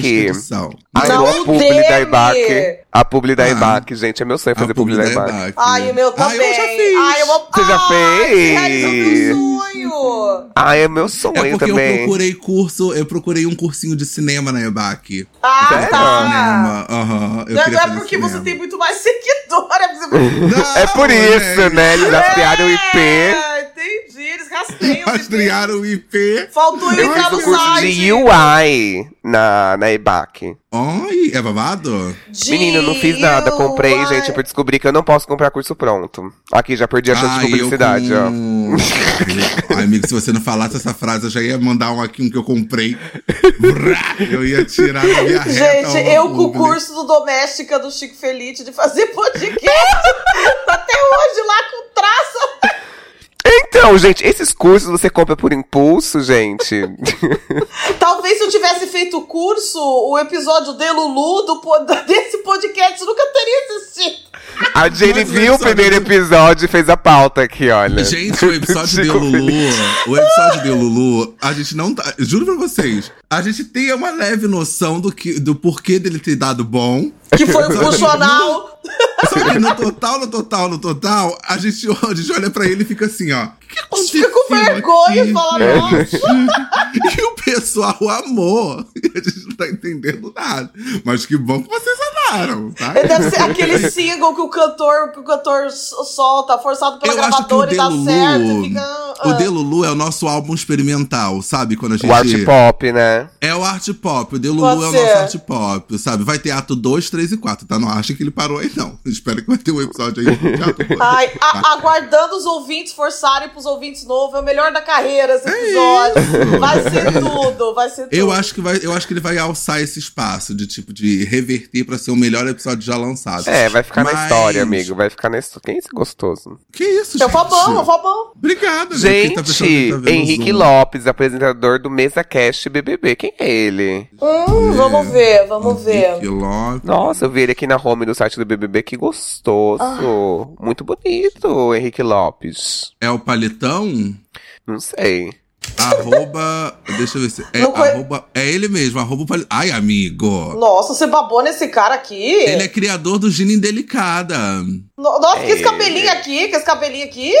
Speaker 2: EBAC?
Speaker 5: edição.
Speaker 2: Ai,
Speaker 7: Não
Speaker 2: eu, a publi
Speaker 7: dele.
Speaker 2: da EBAC. A publi da
Speaker 5: Ah.
Speaker 2: EBAC, gente, é meu sonho fazer
Speaker 5: A
Speaker 2: publi
Speaker 5: publi
Speaker 2: da
Speaker 5: da
Speaker 2: EBAC.
Speaker 5: EBAC.
Speaker 7: Ai, o meu
Speaker 5: Ah,
Speaker 7: também.
Speaker 5: eu já fiz.
Speaker 7: Ai, eu vou.
Speaker 2: Você já
Speaker 7: Ai,
Speaker 2: fez?
Speaker 7: realizou meu sonho.
Speaker 2: Ah, é meu
Speaker 5: É
Speaker 2: sonho
Speaker 5: porque eu
Speaker 2: também.
Speaker 5: procurei curso, eu procurei um cursinho de cinema na EBAC.
Speaker 7: Ah,
Speaker 2: Sério?
Speaker 7: tá.
Speaker 5: Cinema, aham. eu
Speaker 7: Não
Speaker 5: queria
Speaker 7: é
Speaker 5: fazer
Speaker 7: porque você
Speaker 5: cinema.
Speaker 7: tem muito mais seguidor, é porque você-
Speaker 5: Não,
Speaker 2: É por isso,
Speaker 5: gente.
Speaker 2: né? Eles rastrearam o IP.
Speaker 7: É, entendi, eles rastreiam. o IP.
Speaker 5: Rastrearam o IP.
Speaker 7: Faltou eu
Speaker 2: Eu fiz
Speaker 7: entrar no
Speaker 2: um curso de
Speaker 7: site.
Speaker 2: UI na, na EBAC.
Speaker 5: Ai, é babado?
Speaker 7: De
Speaker 2: Menina, eu não fiz nada. Comprei,
Speaker 7: UI.
Speaker 2: gente, pra descobrir que eu não posso comprar curso pronto. Aqui, já perdi a chance de
Speaker 5: Ai,
Speaker 2: publicidade,
Speaker 5: eu
Speaker 2: ó.
Speaker 5: com- Ai, amigo, se você não falasse essa frase, eu já ia mandar um aqui, um que eu comprei. Vrá! eu ia tirar da minha reta.
Speaker 7: Gente,
Speaker 2: é
Speaker 5: uma
Speaker 7: eu com o
Speaker 5: publi.
Speaker 2: né?
Speaker 7: curso do Doméstica do Chico Felite de fazer podcast. até hoje lá com traça.
Speaker 2: Então, gente, esses cursos você compra por impulso, gente.
Speaker 7: Talvez se eu tivesse feito o curso, o episódio de Lulu do, po- desse podcast nunca teria existido.
Speaker 2: A Jenny
Speaker 5: Mas o
Speaker 2: viu o
Speaker 5: episódio-
Speaker 2: primeiro episódio e fez a pauta aqui, olha.
Speaker 5: Gente, o episódio de
Speaker 2: Chico
Speaker 5: Lulu, o episódio de Lulu, a gente não tá. Juro pra vocês, a gente tem uma leve noção do, que, do porquê dele ter dado bom.
Speaker 7: Que foi o funcional.
Speaker 5: Só que no total, no total, no total, a gente, a gente olha pra ele e fica assim, ó. O que aconteceu?
Speaker 7: Fica com vergonha
Speaker 5: aqui,
Speaker 7: e fala,
Speaker 5: gente?"
Speaker 7: nossa.
Speaker 5: E o pessoal amou. E a gente não tá entendendo nada. Mas que bom que vocês amaram, tá?
Speaker 7: Deve ser aquele single que o cantor, que o cantor s- solta, forçado pela
Speaker 5: Eu acho que o
Speaker 7: gravadora e dá
Speaker 5: Delulu,
Speaker 7: certo. e Fica,
Speaker 5: o
Speaker 7: ah.
Speaker 5: Delulu é o nosso álbum experimental, sabe? Quando a gente
Speaker 2: O art pop, né?
Speaker 5: é o art pop, o Delulu
Speaker 7: Pode
Speaker 5: é o
Speaker 7: ser.
Speaker 5: nosso art pop, sabe? Vai ter ato 2, 3 e 4, tá? Não acha que ele parou aí não. Espero que vai ter um episódio aí de ato 2.
Speaker 7: Ai, a- aguardando os ouvintes forçarem pros ouvintes novos, é o melhor da carreira esse episódio. Vai ser tudo, vai ser tudo.
Speaker 5: É Eu acho, que vai, eu acho que ele vai alçar esse espaço de tipo de reverter pra ser o melhor episódio já lançado.
Speaker 2: É, vai ficar na
Speaker 5: Mas-
Speaker 2: história, amigo. Vai ficar na história. Quem é esse gostoso?
Speaker 5: Que isso, gente?
Speaker 7: É o Fabão, é o Fabão.
Speaker 5: Obrigado, amigo. Quem
Speaker 2: Gente,
Speaker 5: tá fechando, quem tá vendo
Speaker 2: Henrique
Speaker 5: Zoom.
Speaker 2: Lopes, apresentador do Mesa Cast BBB. Quem é ele?
Speaker 7: Hum, vamos
Speaker 5: É.
Speaker 7: ver, vamos
Speaker 5: Henrique
Speaker 7: ver.
Speaker 5: Lopes.
Speaker 2: Nossa, eu vi ele aqui na home do site do BBB. Que gostoso. Muito bonito, Henrique Lopes.
Speaker 5: É o paletão?
Speaker 2: Não sei.
Speaker 5: Arroba. Deixa eu ver se. É,
Speaker 7: Não foi-
Speaker 5: arroba, é ele mesmo, arroba o pali- Ai, amigo!
Speaker 7: Nossa, você babou nesse cara aqui?
Speaker 5: Ele é criador do Gina Indelicada.
Speaker 7: No- Nossa, que esse
Speaker 2: É.
Speaker 7: cabelinho aqui, que esse cabelinho aqui.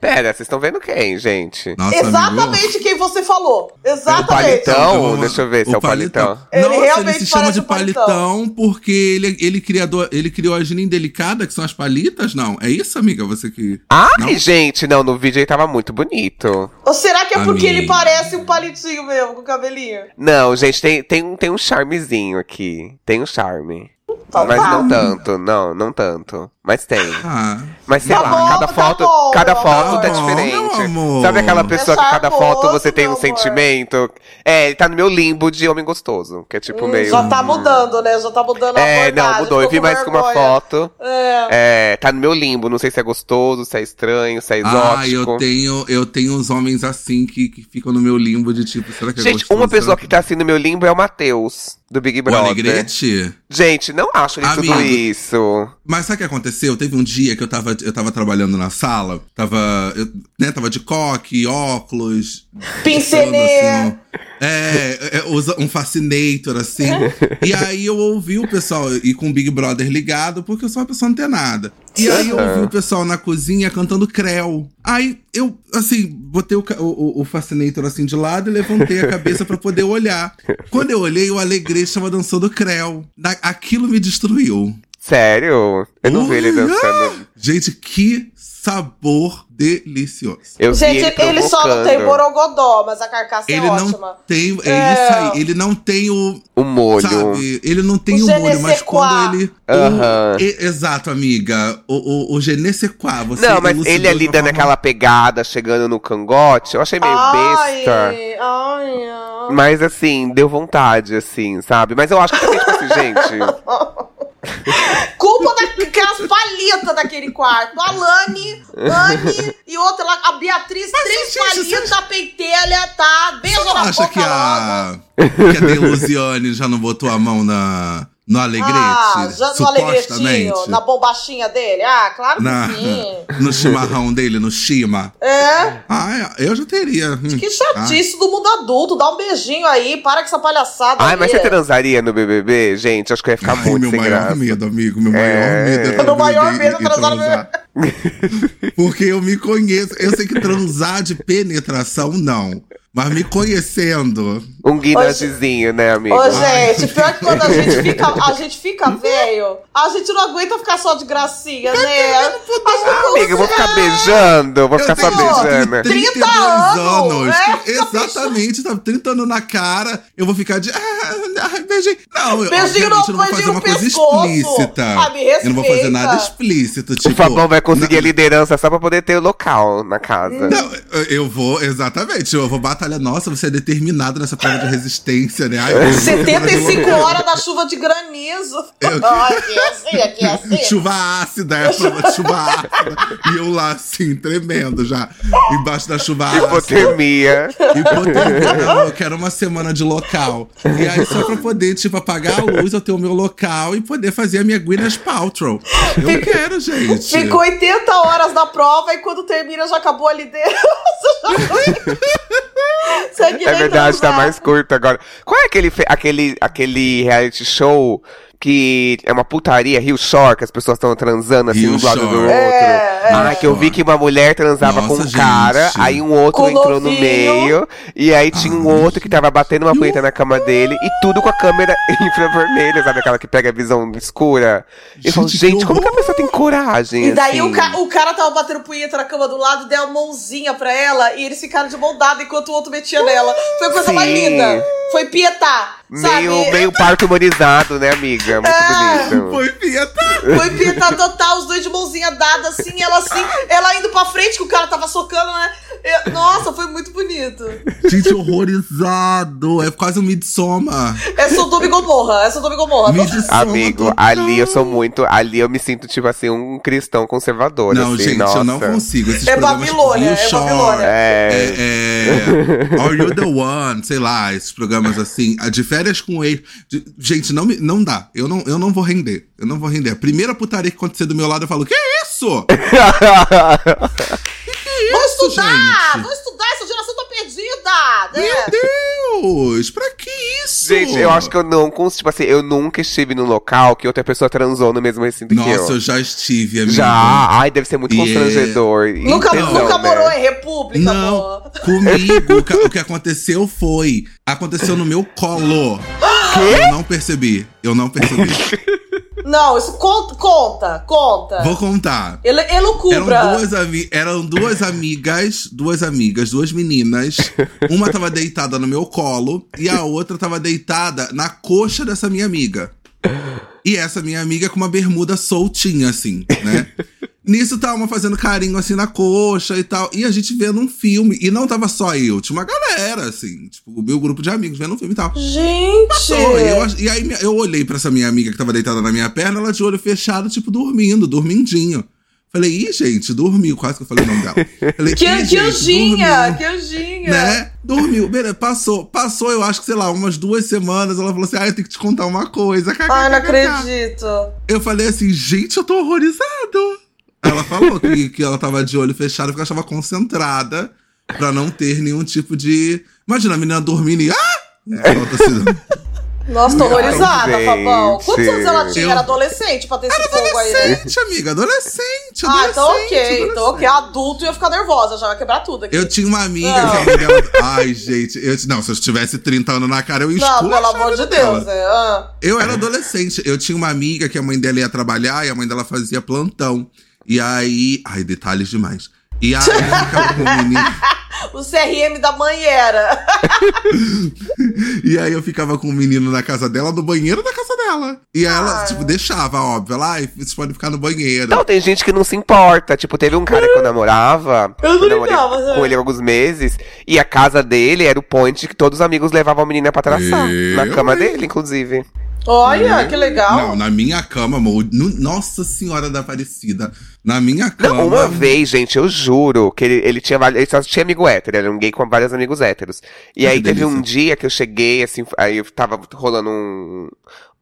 Speaker 2: Pera, vocês estão vendo quem, gente?
Speaker 5: Nossa,
Speaker 7: Exatamente
Speaker 5: amigo. quem
Speaker 7: quem você falou.
Speaker 2: O
Speaker 7: Exatamente.
Speaker 2: paletão?
Speaker 5: Então,
Speaker 2: Deixa eu ver se é o paletão.
Speaker 5: Ele
Speaker 7: Ele
Speaker 5: Nossa,
Speaker 7: realmente
Speaker 5: ele se chama
Speaker 7: parece
Speaker 5: de
Speaker 7: um paletão.
Speaker 5: paletão, porque ele, ele, criador, ele criou a Gina Indelicada, que são as palitas, não? É isso, amiga? Você que.
Speaker 2: Ai,
Speaker 5: Não.
Speaker 2: gente, não, no vídeo ele tava muito bonito.
Speaker 7: Ou será que é porque ele
Speaker 5: Amigo.
Speaker 7: parece um palitinho mesmo, com cabelinho?
Speaker 2: Não, gente, tem, tem, um- tem um charmezinho aqui. Tem um charme.
Speaker 7: Tá
Speaker 2: Mas
Speaker 7: bom.
Speaker 2: não tanto, não, não tanto. Mas tem.
Speaker 5: Ah.
Speaker 2: Mas sei
Speaker 7: Tá
Speaker 2: lá,
Speaker 7: bom,
Speaker 2: cada
Speaker 7: tá
Speaker 2: foto,
Speaker 7: bom,
Speaker 2: cada
Speaker 7: meu
Speaker 2: foto tá
Speaker 5: amor. Meu
Speaker 2: diferente.
Speaker 5: amor.
Speaker 2: Sabe aquela pessoa
Speaker 7: É
Speaker 2: que cada foto
Speaker 7: charmoso,
Speaker 2: você tem um
Speaker 7: meu amor.
Speaker 2: sentimento? É, ele tá no meu limbo de homem gostoso, que é tipo meio
Speaker 7: Já tá mudando, né? Já tá mudando a
Speaker 2: É, não,
Speaker 7: abordagem,
Speaker 2: mudou. Eu
Speaker 7: ficou
Speaker 2: vi mais que uma
Speaker 7: vergonha.
Speaker 2: foto.
Speaker 7: É.
Speaker 2: É, tá no meu limbo, não sei se é gostoso, se é estranho, se é exótico.
Speaker 5: Ah, eu tenho, eu tenho uns homens assim que, que ficam no meu limbo de tipo, será que é
Speaker 2: Gente,
Speaker 5: gostoso?
Speaker 2: uma pessoa que tá assim no meu limbo é o Matheus, do Big
Speaker 5: O
Speaker 2: Brother.
Speaker 5: Alegrete?
Speaker 2: Gente, não acho ele tudo
Speaker 5: Amigo.
Speaker 2: isso.
Speaker 5: Mas sabe o que aconteceu? Teve um dia que eu tava, eu tava trabalhando na sala, tava, eu, né, tava de coque, óculos, pensando,
Speaker 7: Pincelê.
Speaker 5: assim, um- é, é, usa um fascinator, assim. e aí eu ouvi o pessoal e com o Big Brother ligado, porque eu sou uma pessoa antenada. E aí eu ouvi o pessoal na cozinha cantando Creu. Aí eu, assim, botei o, ca- o, o- o Fascinator assim de lado e levantei a cabeça pra poder olhar. Quando eu olhei, o Alegre estava dançando Creu. Na- Aquilo me destruiu.
Speaker 2: Sério? Eu não vi ele
Speaker 5: Olha!
Speaker 2: dançando.
Speaker 5: Hum, ah! Gente, que sabor delicioso.
Speaker 2: Eu
Speaker 7: Gente,
Speaker 2: vi ele,
Speaker 7: ele, só não tem
Speaker 2: provocando
Speaker 7: borogodó, mas a carcaça
Speaker 5: Ele
Speaker 7: é
Speaker 5: não
Speaker 7: ótima.
Speaker 5: tem. É,
Speaker 7: É.
Speaker 5: isso aí. Ele não tem o.
Speaker 2: o molho.
Speaker 5: Sabe? Ele não tem
Speaker 7: O
Speaker 5: o, molho, mas
Speaker 7: Genesequá.
Speaker 5: quando ele. o-
Speaker 2: Aham.
Speaker 5: e- exato, amiga. O, o, o Genesequá, você.
Speaker 2: Não, mas
Speaker 5: elucidou
Speaker 2: ele ali
Speaker 5: de uma
Speaker 2: dando
Speaker 5: forma-
Speaker 2: aquela pegada, chegando no cangote, eu achei meio
Speaker 7: ai,
Speaker 2: besta.
Speaker 7: ai, ai.
Speaker 2: Mas assim, deu vontade, assim, sabe? Mas eu acho que também, tipo assim, gente.
Speaker 7: Culpa daquelas palitas daquele quarto. A Lani, Anne e outra lá. A Beatriz, três palitas, a pentelha, tá? Beijo
Speaker 5: Você não
Speaker 7: na
Speaker 5: acha
Speaker 7: boca
Speaker 5: que
Speaker 7: logo.
Speaker 5: a. que a Delusiane já não botou a mão na. No Alegrete?
Speaker 7: Ah, já no alegretinho,
Speaker 5: supostamente?
Speaker 7: na bombachinha dele? Ah, claro que
Speaker 5: Na-
Speaker 7: sim.
Speaker 5: no chimarrão dele, no Shima.
Speaker 7: É,
Speaker 5: Ah, eu já teria. Hum.
Speaker 7: que chatice do mundo adulto. Dá um beijinho aí, para com essa palhaçada
Speaker 2: Ai,
Speaker 7: aí.
Speaker 2: mas você transaria no BBB? Gente, acho que eu ia ficar
Speaker 5: Ai,
Speaker 2: Tá muito
Speaker 5: meu
Speaker 2: sem
Speaker 5: maior
Speaker 2: graça.
Speaker 5: medo, amigo. Meu maior
Speaker 2: É.
Speaker 5: medo é
Speaker 7: Meu
Speaker 5: transar
Speaker 7: maior
Speaker 5: e-
Speaker 7: medo é
Speaker 5: e
Speaker 7: transar no
Speaker 5: Porque eu me conheço. Eu sei que transar de penetração, não. Mas me conhecendo.
Speaker 2: Um guinagezinho, né, amigo?
Speaker 7: Ô, gente, pior que quando a gente fica, a gente fica velho, a gente não aguenta ficar só de gracinha, né? A gente não
Speaker 2: Ah, Amiga, eu vou
Speaker 7: consegue-
Speaker 2: ficar beijando, eu vou ficar só
Speaker 5: tenho
Speaker 2: beijando.
Speaker 5: 32
Speaker 7: anos,
Speaker 5: anos.
Speaker 7: né? Fica
Speaker 5: Exatamente, tá 30 anos na cara. Eu vou ficar de. Ah, ah, beijinho. Não, eu
Speaker 7: Beijinho não,
Speaker 5: obviamente, eu não vou
Speaker 7: beijinho
Speaker 5: fazer
Speaker 7: no
Speaker 5: uma coisa
Speaker 7: pescoço.
Speaker 5: explícita.
Speaker 7: Ah, me
Speaker 5: eu não vou fazer
Speaker 7: respeita.
Speaker 5: nada explícito. Tipo,
Speaker 2: o Fabão vai conseguir a liderança só pra poder ter o local na casa.
Speaker 5: Não, eu- eu vou, exatamente, eu vou batalhar. Nossa, você é determinado nessa prova de resistência, né? Ai, eu-
Speaker 7: 75 horas da chuva de granizo. Ai, aqui é assim, aqui é assim.
Speaker 5: Chuva ácida, é a prova de chuva ácida. E eu lá, assim, tremendo já. Embaixo da chuva ácida.
Speaker 2: é Hipotermia.
Speaker 5: Hipotermia. Não, eu quero uma semana de local. E aí, só pra poder, tipo, apagar a luz, eu ter o meu local e poder fazer a minha Gwyneth Paltrow. Eu quero, gente.
Speaker 7: Ficou 80 horas na prova e quando termina já acabou a liderança. Já foi. Isso é que
Speaker 2: É
Speaker 7: nem
Speaker 2: verdade, tá
Speaker 7: transar.
Speaker 2: mais curto agora. Qual é aquele, fe- aquele, aquele reality show que é uma putaria, Rio Shore, que as pessoas estão transando assim
Speaker 5: Rio
Speaker 2: um do lado do
Speaker 5: Shore.
Speaker 2: outro?
Speaker 7: É, é.
Speaker 2: Ai, que eu vi que uma mulher transava
Speaker 5: Nossa,
Speaker 2: com um
Speaker 5: gente.
Speaker 2: cara, aí um outro
Speaker 7: Com o
Speaker 2: entrou no
Speaker 7: novinho.
Speaker 2: meio, e aí tinha um outro que tava batendo uma punheta na cama dele, e tudo com a câmera infravermelha, sabe aquela que pega a visão escura? Eu falo,
Speaker 5: Gente, que
Speaker 2: gente, como que a
Speaker 5: horror!
Speaker 2: pessoa tem coragem?
Speaker 7: E
Speaker 2: assim?
Speaker 7: daí o, ca- o cara tava batendo punheta na cama do lado, deu a mãozinha pra ela e eles ficaram de mão dada enquanto o outro metia nela. Foi a coisa mais
Speaker 2: Sim.
Speaker 7: linda. Foi pietar, sabe?
Speaker 2: Meio, meio parque humanizado, né, amiga? Muito
Speaker 7: É.
Speaker 2: bonito.
Speaker 5: Foi vinheta.
Speaker 7: Foi pietar total, os dois de mãozinha dada, assim, ela assim, ela indo pra frente que o cara tava socando, né? Eu- nossa, foi muito bonito.
Speaker 5: Gente, horrorizado. É quase um Midsommar.
Speaker 7: É Sodoma e Gomorra, é Sodoma e Gomorra.
Speaker 5: Midsommar
Speaker 2: Amigo,
Speaker 5: total.
Speaker 2: ali eu sou muito. Ali eu me sinto, tipo assim, um cristão conservador.
Speaker 5: Não,
Speaker 2: assim,
Speaker 5: gente,
Speaker 2: nossa.
Speaker 5: eu não consigo. Esses
Speaker 7: É
Speaker 5: programas tipo
Speaker 7: Babilônia,
Speaker 5: Rio
Speaker 7: é
Speaker 5: Shore,
Speaker 7: Babilônia.
Speaker 2: É.
Speaker 5: É, é, Are You the One? Sei lá, esses programas assim. a De férias com o ex. de- gente, não, me- não dá. Eu não, eu não vou render. Eu não vou render. A primeira putaria que acontecer do meu lado, eu falo: Que isso?
Speaker 7: Vou
Speaker 5: isso,
Speaker 7: estudar!
Speaker 5: gente?
Speaker 7: Vou estudar, essa geração tá perdida! né?
Speaker 5: Meu Deus, pra que isso?
Speaker 2: Gente, eu acho que eu não consigo. Tipo assim, eu nunca estive num local que outra pessoa transou no mesmo recinto que é eu.
Speaker 5: Nossa, eu já estive, amigo.
Speaker 2: Já. Ai, deve ser muito
Speaker 5: E é-
Speaker 2: constrangedor.
Speaker 7: Nunca,
Speaker 2: Então,
Speaker 7: nunca
Speaker 2: né?
Speaker 7: morou em República, amor.
Speaker 5: Não, comigo, o que- o que aconteceu foi. Aconteceu no meu colo. Eu não percebi. Eu não percebi.
Speaker 7: Não, isso conta, conta, conta.
Speaker 5: Vou contar.
Speaker 7: Ele, elucubra.
Speaker 5: Eram duas, ami- eram duas amigas, duas amigas, duas meninas. Uma tava deitada no meu colo e a outra tava deitada na coxa dessa minha amiga. E essa minha amiga com uma bermuda soltinha, assim, né? Nisso tá uma fazendo carinho assim na coxa e tal. E a gente vendo um filme. E não tava só eu, tinha uma galera, assim, tipo, o meu grupo de amigos vendo um filme e tal.
Speaker 7: Gente!
Speaker 5: Passou, e, eu, e aí minha- eu olhei pra essa minha amiga que tava deitada na minha perna, ela de olho fechado, tipo, dormindo, dormindinho. Falei, ih, gente, dormiu. Quase que eu falei o nome dela. Falei,
Speaker 7: que,
Speaker 5: "Ih,
Speaker 7: que
Speaker 5: gente,
Speaker 7: anjinha!
Speaker 5: dormiu."
Speaker 7: Que anjinha!
Speaker 5: Né? Dormiu. Beleza, passou. Passou, eu acho que, sei lá, umas duas semanas. Ela falou assim: ah, eu tenho que te contar uma coisa.
Speaker 7: Ai, Ah, não
Speaker 5: KKKK.
Speaker 7: acredito.
Speaker 5: Eu falei assim, gente, eu tô horrorizado. Ela falou que, que ela tava de olho fechado porque ela estava concentrada pra não ter nenhum tipo de. Imagina a menina dormindo e. Ah! Ela tá se-
Speaker 7: Nossa, tô horrorizada,
Speaker 2: gente.
Speaker 7: Fabão. Quantos anos ela tinha?
Speaker 5: Eu-
Speaker 7: Era adolescente pra ter esse fogo aí, né?
Speaker 5: Adolescente, amiga, adolescente, adolescente.
Speaker 7: Ah, então ok, então
Speaker 5: adolescente.
Speaker 7: ok. Adulto eu ia ficar nervosa, já vai quebrar tudo aqui.
Speaker 5: Eu tinha uma amiga
Speaker 7: Não.
Speaker 5: que a amiga. Ela... Ai, gente. Eu... Não, se eu tivesse 30 anos na cara, eu ia
Speaker 7: Não,
Speaker 5: esculachar
Speaker 7: pelo amor de
Speaker 5: a cara
Speaker 7: Deus,
Speaker 5: dela.
Speaker 7: né? Ah.
Speaker 5: Eu era adolescente. Eu tinha uma amiga que a mãe dela ia trabalhar e a mãe dela fazia plantão. E aí. Ai, detalhes demais. E aí ela ficava com o menino.
Speaker 7: O CRM da mãe era.
Speaker 5: E aí eu ficava com o menino na casa dela, no banheiro da casa dela. E aí ela, tipo, deixava, óbvio. Ela, ai, vocês podem ficar no banheiro.
Speaker 2: Não, tem gente que não se importa. Tipo, teve um cara que eu namorava.
Speaker 7: Eu não
Speaker 2: eu namorei
Speaker 7: ligava, né?
Speaker 2: com ele há alguns meses. E a casa dele era o point que todos os amigos levavam a menina pra traçar.
Speaker 5: Eu,
Speaker 2: na cama
Speaker 5: hein?
Speaker 2: dele, inclusive. Uhum.
Speaker 7: Olha, que legal.
Speaker 5: Não, na minha cama, amor. no- Nossa Senhora da Aparecida. Na minha cama.
Speaker 2: Não, uma vez, gente, eu juro que ele, ele tinha vários. Ele só tinha amigo hétero, ele era um gay com vários amigos héteros. E
Speaker 5: Ah, Que
Speaker 2: aí teve
Speaker 5: delícia.
Speaker 2: um dia que eu cheguei, assim, aí eu tava rolando um.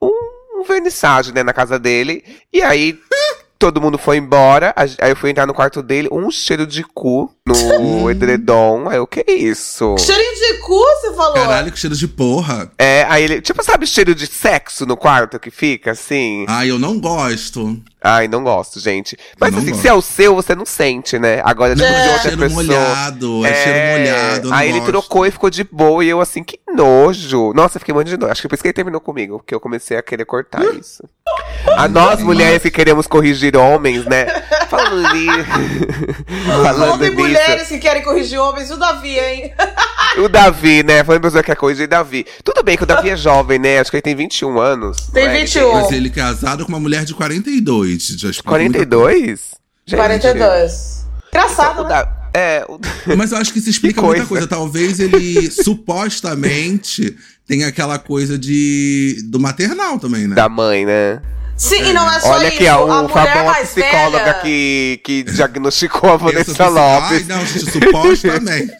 Speaker 2: um, um vernissage, né, na casa dele. E aí. Todo mundo foi embora, a- aí eu fui entrar no quarto dele, um cheiro de cu no edredom. Aí eu, que isso?
Speaker 7: Que Cheirinho de cu, você falou.
Speaker 5: Caralho, que cheiro de porra.
Speaker 2: É, aí ele, tipo, sabe cheiro de sexo no quarto que fica, assim?
Speaker 5: Ai, eu não gosto.
Speaker 2: Ai, não gosto, gente. Mas
Speaker 5: não
Speaker 2: assim,
Speaker 5: gosto.
Speaker 2: se é o seu, você não sente, né? Agora, tipo,
Speaker 5: Não,
Speaker 2: de
Speaker 5: é
Speaker 2: outra
Speaker 5: cheiro
Speaker 2: pessoa.
Speaker 5: molhado. É, cheiro molhado. eu não
Speaker 2: Aí ele
Speaker 5: gosto.
Speaker 2: trocou e ficou de boa. E eu assim, que nojo. Nossa, eu fiquei muito de nojo. Acho que por isso que ele terminou comigo. Porque eu comecei a querer cortar isso. A nós, mulheres que queremos corrigir homens, né? Falando nisso. Falando
Speaker 7: Homem e
Speaker 2: nisso.
Speaker 7: mulheres que querem corrigir homens, e o Davi, hein?
Speaker 2: O Davi, né? Foi uma pessoa que quer corrigir Davi. Tudo bem que o Davi é jovem, né? Acho que ele tem 21 anos.
Speaker 7: Tem
Speaker 2: não é?
Speaker 7: 21.
Speaker 5: Mas ele casado com uma mulher de 42. Já explica muita
Speaker 2: 42? Gente,
Speaker 7: 42.
Speaker 2: O
Speaker 7: Engraçado, né?
Speaker 2: da... É, o...
Speaker 5: Mas eu acho que isso
Speaker 2: Que
Speaker 5: explica muita
Speaker 2: coisa.
Speaker 5: coisa. Talvez ele supostamente tenha aquela coisa de do maternal também, né?
Speaker 2: da mãe, né?
Speaker 7: Sim, e não é só
Speaker 2: Olha
Speaker 7: isso.
Speaker 2: aqui, ó, o
Speaker 7: mulher
Speaker 2: Fabão, é a
Speaker 7: mais
Speaker 2: psicóloga
Speaker 7: velha-
Speaker 2: que, que diagnosticou a
Speaker 5: Eu sou
Speaker 2: Vanessa
Speaker 5: psicó- Ai,
Speaker 2: Lopes.
Speaker 5: não, gente, supostamente.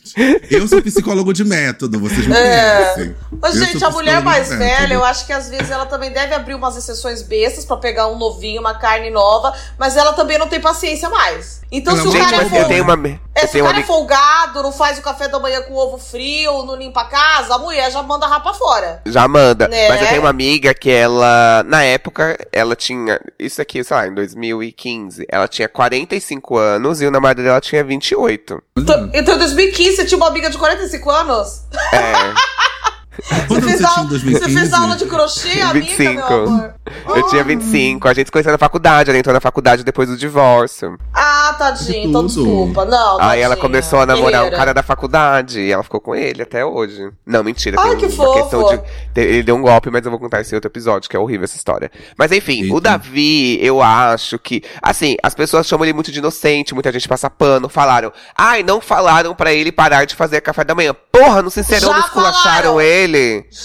Speaker 5: Eu sou psicólogo de método, vocês me
Speaker 7: É.
Speaker 5: conhecem.
Speaker 7: Mas,
Speaker 5: Eu sou
Speaker 7: gente, a
Speaker 5: psicólogo
Speaker 7: mulher
Speaker 5: de
Speaker 7: mais
Speaker 5: método.
Speaker 2: né?
Speaker 7: velha, eu acho que às vezes ela também deve abrir umas exceções bestas pra pegar um novinho, uma carne nova, mas ela também não tem paciência mais. Então,
Speaker 5: Não,
Speaker 7: se o
Speaker 2: Gente,
Speaker 7: cara é
Speaker 2: mas eu
Speaker 7: folgado.
Speaker 2: tenho uma. eu
Speaker 7: É, se o
Speaker 2: tenho um uma
Speaker 7: cara é
Speaker 2: amiga-
Speaker 7: folgado, não faz o café da manhã com ovo frio, não limpa a casa, a mulher já manda rapa fora.
Speaker 2: Já manda.
Speaker 7: Né?
Speaker 2: Mas eu tenho uma amiga que ela, na época, ela tinha. Isso aqui, sei lá, em 2015. Ela tinha 45 anos e o namorado dela tinha 28.
Speaker 7: Então, então, em 2015, você tinha uma amiga de 45 anos?
Speaker 2: É,
Speaker 5: Quando você
Speaker 7: fez,
Speaker 5: tinha
Speaker 7: aula-
Speaker 5: em 2015?
Speaker 7: você fez aula de crochê, amiga,
Speaker 2: 25.
Speaker 7: meu amor?
Speaker 2: eu tinha 25. A gente se conheceu na faculdade. Ela entrou na faculdade depois do divórcio.
Speaker 7: Ah,
Speaker 5: De
Speaker 7: tadinho, então
Speaker 5: tudo.
Speaker 7: desculpa. Não,
Speaker 2: Aí ela
Speaker 7: tadinha,
Speaker 2: começou a namorar o
Speaker 7: guerreira.
Speaker 2: cara da faculdade e ela ficou com ele até hoje. Não, mentira.
Speaker 7: Ai,
Speaker 2: tem
Speaker 7: que
Speaker 2: uma
Speaker 7: fofo.
Speaker 2: questão de. te- Ele deu um golpe, mas eu vou contar esse outro episódio, que é horrível essa história. Mas enfim,
Speaker 5: Eita.
Speaker 2: o Davi, eu acho que. Assim, as pessoas chamam ele muito de inocente, muita gente passa pano, falaram. Ai, não falaram pra ele parar de fazer café da manhã. Porra, no sincerão,
Speaker 7: Já
Speaker 2: não esculacharam
Speaker 7: falaram.
Speaker 2: ele.
Speaker 7: Já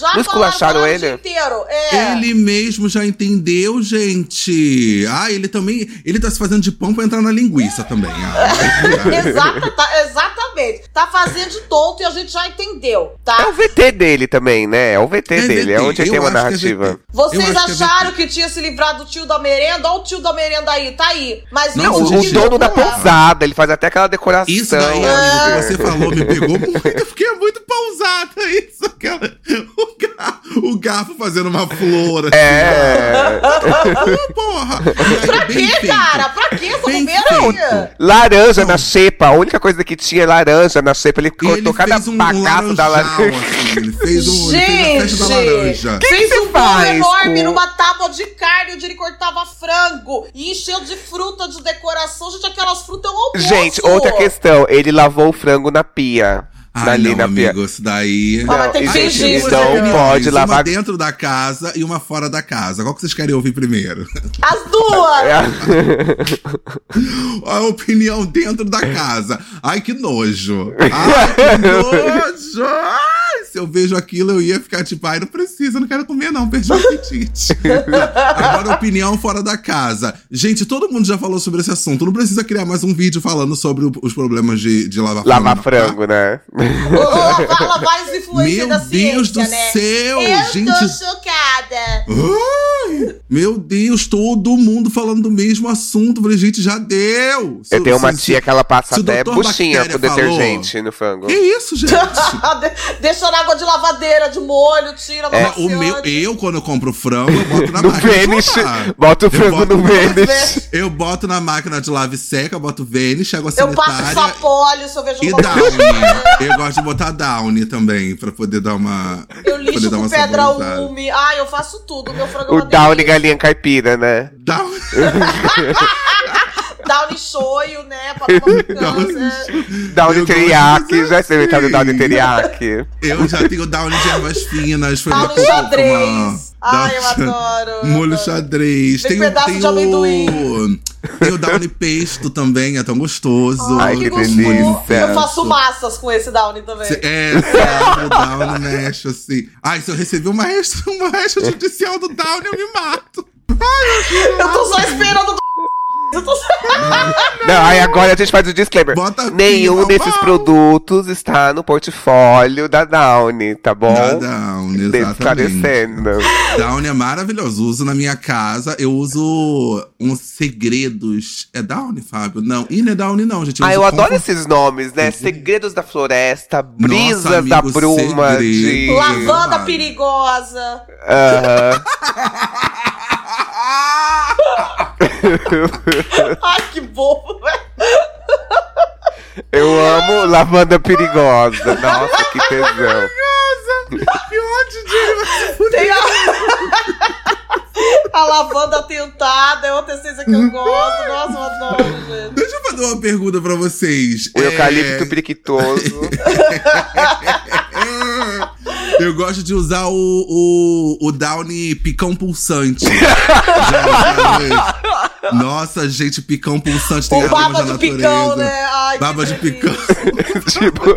Speaker 2: não
Speaker 7: falaram
Speaker 2: esculacharam
Speaker 7: o dia
Speaker 2: ele.
Speaker 7: inteiro. É.
Speaker 5: Ele mesmo já entendeu, gente. Ah, ele também. Ele tá se fazendo de pão pra entrar na linguiça também. Ah,
Speaker 7: Exata- tá- exatamente. Tá fazendo de tonto e a gente já entendeu,
Speaker 2: É o
Speaker 7: tá?
Speaker 2: VT dele também, né? É o VT dele, é
Speaker 5: VT,
Speaker 2: onde ele
Speaker 5: eu
Speaker 2: tem uma
Speaker 5: acho que é
Speaker 2: narrativa.
Speaker 5: VT.
Speaker 7: Vocês
Speaker 5: Eu acho que é
Speaker 7: acharam que tinha se livrado do tio da merenda? Olha o tio da merenda aí, tá aí. Mas
Speaker 5: Não,
Speaker 7: viu
Speaker 5: Nossa,
Speaker 2: o, o
Speaker 5: gente,
Speaker 2: dono da
Speaker 7: loucura.
Speaker 2: pousada, ele faz até aquela decoração.
Speaker 5: Isso daí, é
Speaker 7: É.
Speaker 2: assim.
Speaker 5: amigo, que você falou, me pegou muito. Eu fiquei muito pausada. Isso, aquela. O ga- O garfo fazendo uma flor. assim.
Speaker 2: É.
Speaker 5: Ah, porra!
Speaker 7: Pra quê, cara? Pra quê essa
Speaker 5: Bem
Speaker 7: bobeira aí?
Speaker 2: Laranja
Speaker 5: Não.
Speaker 2: na xepa. A única coisa que tinha é laranja na xepa. Ele
Speaker 5: Ele
Speaker 2: cortou cada
Speaker 5: fez um
Speaker 2: bagaço da
Speaker 5: laranjal,
Speaker 2: laranja.
Speaker 5: assim, Ele fez um. Ele fez a festa da laranja.
Speaker 7: Gente, fez
Speaker 2: você
Speaker 7: um bolo
Speaker 2: faz
Speaker 7: enorme
Speaker 2: com-
Speaker 7: numa tábua de carne onde ele cortava frango e encheu de fruta de decoração. Gente, aquelas frutas é um almoço.
Speaker 2: Gente, outra questão. Ele lavou o frango na pia.
Speaker 5: Ai,
Speaker 2: Dali
Speaker 5: não,
Speaker 2: na pia-
Speaker 5: amigo, isso daí...
Speaker 7: Ah, mas tem
Speaker 2: e,
Speaker 7: que
Speaker 2: gente,
Speaker 7: fingir,
Speaker 2: então
Speaker 7: né?
Speaker 2: pode
Speaker 5: Uma
Speaker 2: lavar.
Speaker 5: dentro da casa e uma fora da casa. Qual que vocês querem ouvir primeiro?
Speaker 7: As duas!
Speaker 5: A opinião dentro da casa. Ai, que nojo. Ai, que nojo. Ai, se eu vejo aquilo, eu ia ficar tipo, ai, não precisa, eu não quero comer, não, perdi o apetite. Agora, opinião fora da casa. Gente, todo mundo já falou sobre esse assunto. Não precisa criar mais um vídeo falando sobre o- os problemas de, de lavar
Speaker 2: Lavar
Speaker 5: não, tá?
Speaker 2: frango, né?
Speaker 7: Ô, ô, fala várias influências
Speaker 5: Meu
Speaker 7: da
Speaker 5: Deus
Speaker 7: ciência,
Speaker 5: do
Speaker 7: né?
Speaker 5: céu!
Speaker 7: Eu
Speaker 5: gente,
Speaker 7: tô chocada.
Speaker 5: Ai, meu Deus, todo mundo falando do mesmo assunto. Falei, gente, já deu.
Speaker 2: Eu tenho uma
Speaker 5: Se- se-
Speaker 2: tia que ela passa
Speaker 5: se o
Speaker 2: até
Speaker 5: Dr.
Speaker 2: buchinha com
Speaker 5: Bactéria falou-
Speaker 2: detergente no frango.
Speaker 5: Que isso, gente?
Speaker 7: De- Deixa na água de lavadeira, de molho, tira,
Speaker 5: Mas
Speaker 7: maciante.
Speaker 5: o meu, eu, quando eu compro frango, eu boto na
Speaker 2: É. No
Speaker 5: máquina de
Speaker 2: Vênus.
Speaker 5: lavar.
Speaker 2: Bota o
Speaker 5: Eu
Speaker 2: frango
Speaker 5: boto
Speaker 2: no
Speaker 5: no
Speaker 2: Vênus.
Speaker 5: Eu boto na máquina de lave seca, eu boto Vênus, chego a
Speaker 7: Eu passo
Speaker 5: sanitária
Speaker 7: sapólio, se eu vejo
Speaker 5: e um-
Speaker 7: alguma
Speaker 5: Downy. Eu gosto de botar Downy também, pra poder dar uma...
Speaker 7: Eu
Speaker 5: poder
Speaker 7: lixo
Speaker 5: dar
Speaker 7: com
Speaker 5: uma
Speaker 7: pedra
Speaker 5: saborizada.
Speaker 7: ume. Ah, eu faço tudo. Meu frango é
Speaker 2: O
Speaker 7: uma
Speaker 2: Downy
Speaker 7: delícia.
Speaker 2: galinha caipira, né?
Speaker 5: Downy.
Speaker 7: Downy shoyu, né? Papapicância.
Speaker 2: Downy
Speaker 5: Eu gosto
Speaker 2: teriyaque.
Speaker 5: dessas
Speaker 2: Já experimentado o Downy
Speaker 5: assim.
Speaker 2: teriyaque?
Speaker 5: Eu já tenho Downy de ervas finas. Foi uma
Speaker 7: Downy
Speaker 5: coisa-
Speaker 7: xadrez.
Speaker 5: uma-
Speaker 7: Ai, eu
Speaker 5: Downy-
Speaker 7: adoro.
Speaker 5: Molho xadrez.
Speaker 7: Tem
Speaker 5: o-
Speaker 7: pedaço de amendoim.
Speaker 5: O... Tem o Downy pesto também, é tão gostoso.
Speaker 2: Ai, que delícia.
Speaker 7: Eu faço massas com esse Downy também.
Speaker 5: Cê- É, você abre o Downy, mexe assim. Ai, se eu receber uma extra, uma extra judicial do Downy, eu me mato.
Speaker 7: Eu tô só esperando do... Eu tô só...
Speaker 2: Não, aí agora a gente faz o disclaimer.
Speaker 5: Bota
Speaker 2: Nenhum
Speaker 5: fila,
Speaker 2: desses
Speaker 5: uau.
Speaker 2: produtos está no portfólio da Downy, tá bom?
Speaker 5: Da Downy,
Speaker 2: Deixa
Speaker 5: exatamente.
Speaker 2: Esclarecendo.
Speaker 5: Downy é maravilhoso. Uso na minha casa. Eu uso uns segredos. É Downy, Fábio? Não. Ih, não é Downy, não, gente.
Speaker 2: Ah,
Speaker 5: uso
Speaker 2: eu adoro
Speaker 5: Comfort-
Speaker 2: esses nomes, né? Segredos da Floresta, Brisas
Speaker 5: Nossa, amigo,
Speaker 2: da Bruma, de...
Speaker 5: segredo.
Speaker 7: Lavanda
Speaker 5: Mari.
Speaker 7: perigosa.
Speaker 2: Aham.
Speaker 7: Ai, que bobo, velho.
Speaker 2: Eu amo Lavanda Perigosa. Nossa, que tesão.
Speaker 5: Que ódio, gente.
Speaker 7: Tem a... a lavanda tentada, é outra essência que eu gosto. Nossa, eu adoro, gente.
Speaker 5: Deixa eu fazer uma pergunta pra vocês.
Speaker 2: O
Speaker 5: É,
Speaker 2: eucalipto periquitoso.
Speaker 5: É, Eu gosto de usar o, o, o Downy picão pulsante. Já usaram esse? Nossa, gente, picão pulsante tem
Speaker 7: O baba
Speaker 5: aromas
Speaker 7: de
Speaker 5: da
Speaker 7: picão,
Speaker 5: natureza.
Speaker 7: né? Ai, que
Speaker 5: Baba de
Speaker 7: delícia.
Speaker 2: tipo,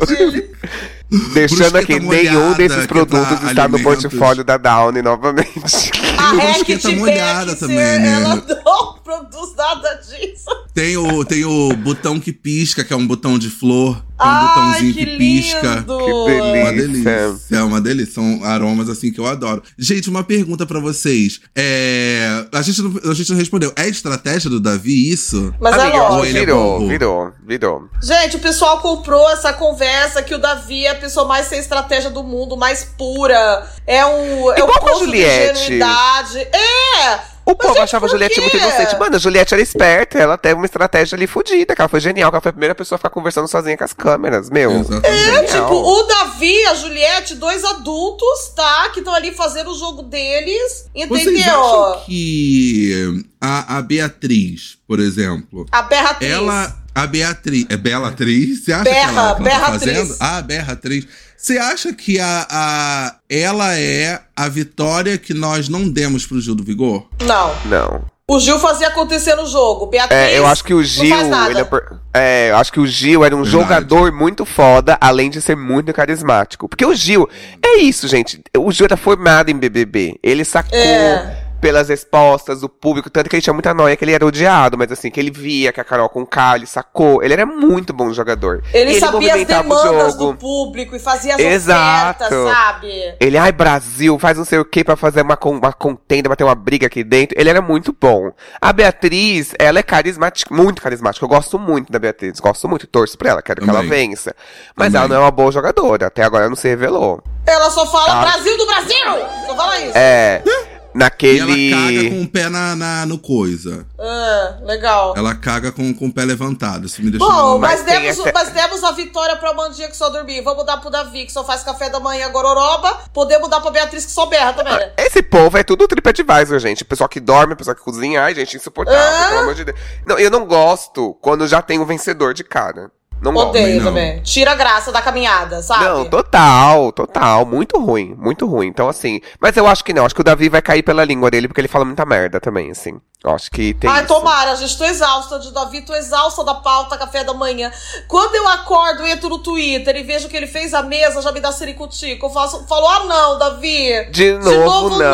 Speaker 2: deixando
Speaker 5: Brusqueta
Speaker 2: aqui, nenhum
Speaker 5: tá molhada,
Speaker 2: desses
Speaker 5: que
Speaker 2: produtos
Speaker 5: dá
Speaker 2: está no
Speaker 5: alimentos.
Speaker 2: portfólio da Downy novamente.
Speaker 7: A
Speaker 5: o
Speaker 7: Rec
Speaker 5: brusqueta
Speaker 7: de
Speaker 5: tá molhada
Speaker 7: Beck,
Speaker 5: também,
Speaker 7: ela
Speaker 5: né?
Speaker 7: não produz nada disso.
Speaker 5: Tem o, tem o botão que pisca, que é um botão de flor. Tem um
Speaker 7: Ai,
Speaker 5: botãozinho
Speaker 7: que
Speaker 5: que, pisca.
Speaker 7: lindo.
Speaker 2: Que delícia.
Speaker 5: Uma delícia, é uma delícia. São aromas assim que eu adoro. Gente, uma pergunta pra vocês. É... A, gente não, a gente não respondeu. É estratégia do Davi isso?
Speaker 7: Mas é
Speaker 2: Amiga,
Speaker 5: Ou
Speaker 7: lógico.
Speaker 5: ele é
Speaker 2: virou,
Speaker 5: bobo?
Speaker 2: virou, virou.
Speaker 7: Gente, o pessoal comprou essa conversa que o Davi é a pessoa mais sem estratégia do mundo, mais pura. É um, é um
Speaker 2: Igual com a
Speaker 7: poço de
Speaker 2: Juliette.
Speaker 7: ingenuidade. É!
Speaker 2: O povo
Speaker 7: gente,
Speaker 2: achava a
Speaker 7: por
Speaker 2: Juliette
Speaker 7: quê?
Speaker 2: muito inocente. Mano, a Juliette era esperta, ela teve uma estratégia ali fodida, que ela foi genial, que ela foi a primeira pessoa a ficar conversando sozinha com as câmeras, meu.
Speaker 5: Exatamente.
Speaker 7: É, tipo, o Davi, a Juliette, dois adultos, tá? Que estão ali fazendo o jogo deles.
Speaker 5: Vocês
Speaker 7: Entendeu?
Speaker 5: acham que a, a Beatriz, por exemplo,
Speaker 7: A Berratriz.
Speaker 5: ela. A Beatriz. É Belatriz? Você acha
Speaker 7: É Berra,
Speaker 5: que ela, que ela tá
Speaker 7: Berratriz.
Speaker 5: fazendo? Ah, Berratriz. Você acha que a, a, ela é a vitória que nós não demos pro Gil do Vigor?
Speaker 7: Não.
Speaker 2: Não.
Speaker 7: O Gil fazia acontecer no jogo. Beatriz.
Speaker 2: É, eu acho que o Gil.
Speaker 7: faz nada.
Speaker 2: ele é per- é, eu acho que o Gil era um
Speaker 5: Verdade.
Speaker 2: jogador muito foda, além de ser muito carismático. Porque o Gil. É isso, gente. O Gil era formado em BBB. Ele sacou.
Speaker 7: É.
Speaker 2: Pelas respostas do público, tanto que ele tinha muita noia que ele era odiado, mas assim, que ele via que a Carol com K, ele sacou. Ele era muito bom jogador.
Speaker 7: Ele, sabia as
Speaker 2: movimentava o
Speaker 7: demandas
Speaker 2: jogo.
Speaker 7: do público e fazia as
Speaker 2: Exato.
Speaker 7: ofertas, sabe?
Speaker 2: Ele, ai, Brasil, faz não sei o que pra fazer uma, con- uma contenda, pra ter uma briga aqui dentro. Ele era muito bom. A Beatriz, ela é carismática, muito carismática. Eu gosto muito da Beatriz, gosto muito, torço pra ela, quero que ela
Speaker 5: Também.
Speaker 2: vença. Mas
Speaker 5: Também.
Speaker 2: ela não é uma boa jogadora, até agora ela não se revelou.
Speaker 7: Ela só fala
Speaker 2: Ah.
Speaker 7: Brasil do Brasil! Só fala isso.
Speaker 2: É,
Speaker 5: E ela caga
Speaker 2: naquele.
Speaker 5: com o pé na, na- no coisa.
Speaker 7: Ah,
Speaker 2: É
Speaker 7: legal.
Speaker 5: Ela caga com, com o pé levantado. Isso me deixou.
Speaker 7: Bom,
Speaker 2: Mas
Speaker 7: mas,
Speaker 2: um tem
Speaker 7: demos,
Speaker 2: essa-
Speaker 7: mas demos a vitória pra Mandinha que só dormia. Vamos dar pro Davi, que só faz café da manhã gororoba. Podemos dar pra Beatriz, que só berra também, né?
Speaker 2: Esse povo é tudo TripAdvisor, gente. Pessoal que dorme, pessoal que cozinha, ai, gente, insuportável,
Speaker 7: Ah.
Speaker 2: pelo amor de Deus. Não, eu não gosto quando já tem um vencedor de cara. Não gosto.
Speaker 7: Odeio
Speaker 5: não.
Speaker 7: também. Tira a graça da caminhada, sabe?
Speaker 2: Não, total, total. Muito ruim, muito ruim. Então, assim. Mas eu acho que não. Acho que o Davi vai cair pela língua dele, porque ele fala muita merda também, assim. Eu acho que tem.
Speaker 7: Ai,
Speaker 2: isso.
Speaker 7: tomara, gente, tô exausta de Davi, tô exausta da pauta café da manhã. Quando eu acordo, eu entro no Twitter e vejo que ele fez a mesa, já me dá ciricutico. Eu faço, falo, ah não, Davi.
Speaker 2: De novo,
Speaker 7: de novo
Speaker 2: não.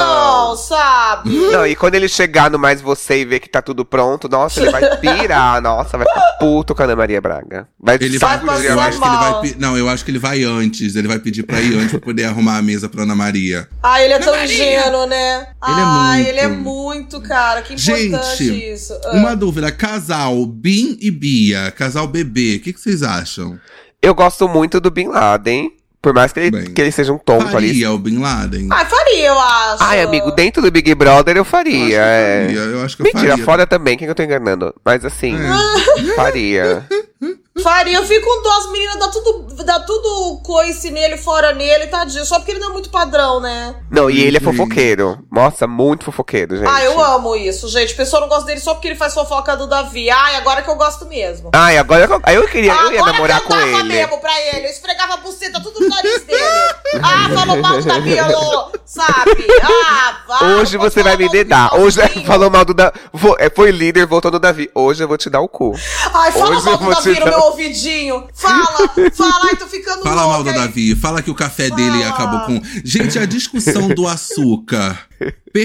Speaker 7: não, sabe?
Speaker 2: Não, e quando ele chegar no Mais Você e ver que tá tudo pronto, nossa, ele vai pirar. nossa, vai ficar puto com a Ana Maria Braga. Vai
Speaker 5: Ele
Speaker 2: sabe
Speaker 5: vai,
Speaker 7: passar
Speaker 5: eu acho que ele vai
Speaker 7: mal.
Speaker 5: pe- Não, eu acho que ele vai antes. Ele vai pedir pra ir antes pra poder arrumar a mesa pra Ana Maria.
Speaker 7: Ai, ele é tão ingênuo, né?
Speaker 5: Ele é
Speaker 7: Ai,
Speaker 5: muito.
Speaker 7: ele é muito, cara. Que importante
Speaker 5: Gente,
Speaker 7: isso. Ah.
Speaker 5: Uma dúvida: casal Bim e Bia, casal bebê, o que, que vocês acham?
Speaker 2: Eu gosto muito do Bin Laden. Por mais que ele,
Speaker 5: Bem.
Speaker 2: que ele seja um tonto ali.
Speaker 5: Faria o Bin Laden?
Speaker 7: Ah, faria, eu acho.
Speaker 2: Ai, amigo, dentro do Big Brother eu
Speaker 5: Eu acho que
Speaker 2: faria.
Speaker 5: eu
Speaker 2: é.
Speaker 5: faria, Eu acho que eu
Speaker 2: Mentira,
Speaker 5: faria. É.
Speaker 2: fora também, quem que eu tô enganando? Mas assim, faria.
Speaker 7: Faria, eu fico com dó, as meninas dá tudo, dá tudo coice nele, fora nele, tadinho. Só porque ele não é muito padrão, né?
Speaker 2: Não, e ele é
Speaker 5: Uhum.
Speaker 2: fofoqueiro. Nossa, muito fofoqueiro, gente.
Speaker 7: Ah, eu amo isso, gente. A pessoa não gosta dele só porque ele faz fofoca do Davi. Ai, agora que eu gosto mesmo.
Speaker 2: Ai, agora eu, aí eu queria, eu ia
Speaker 7: agora
Speaker 2: namorar
Speaker 7: que
Speaker 2: com
Speaker 7: eu dava
Speaker 2: ele.
Speaker 7: mesmo pra ele. Eu esfregava a buceta tudo no nariz dele. Ah, falou mal do Davi, alô, sabe? Ah, vai.
Speaker 2: Hoje
Speaker 7: pode
Speaker 2: você
Speaker 7: falar
Speaker 2: vai me
Speaker 7: mal do
Speaker 2: dedar.
Speaker 7: Davi,
Speaker 2: Hoje
Speaker 7: Davi.
Speaker 2: falou mal do Davi. Foi líder, voltou do Davi. Hoje eu vou te dar o cu.
Speaker 7: Ai, fala
Speaker 2: Hoje tá-
Speaker 7: mal
Speaker 2: eu
Speaker 7: do
Speaker 2: vou
Speaker 7: Davi
Speaker 2: te
Speaker 7: no
Speaker 2: dar-
Speaker 7: meu ouvidinho. Fala, fala. Ai, tô ficando
Speaker 5: Fala
Speaker 7: louca,
Speaker 5: mal do
Speaker 7: hein?
Speaker 5: Davi, fala que o café dele
Speaker 7: Fala.
Speaker 5: acabou com. Gente, a discussão do açúcar.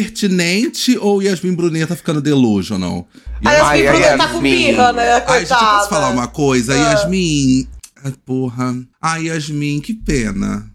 Speaker 5: Pertinente ou Yasmin Brunet tá ficando delusional?
Speaker 7: Aí as
Speaker 2: Ai, ai,
Speaker 7: Yasmin Brunet tá
Speaker 2: Yasmin.
Speaker 7: com birra, né? Coitada. Ah.
Speaker 5: Ai, gente, eu posso falar uma coisa? Yasmin. Ai, porra. Ai, Yasmin, que pena.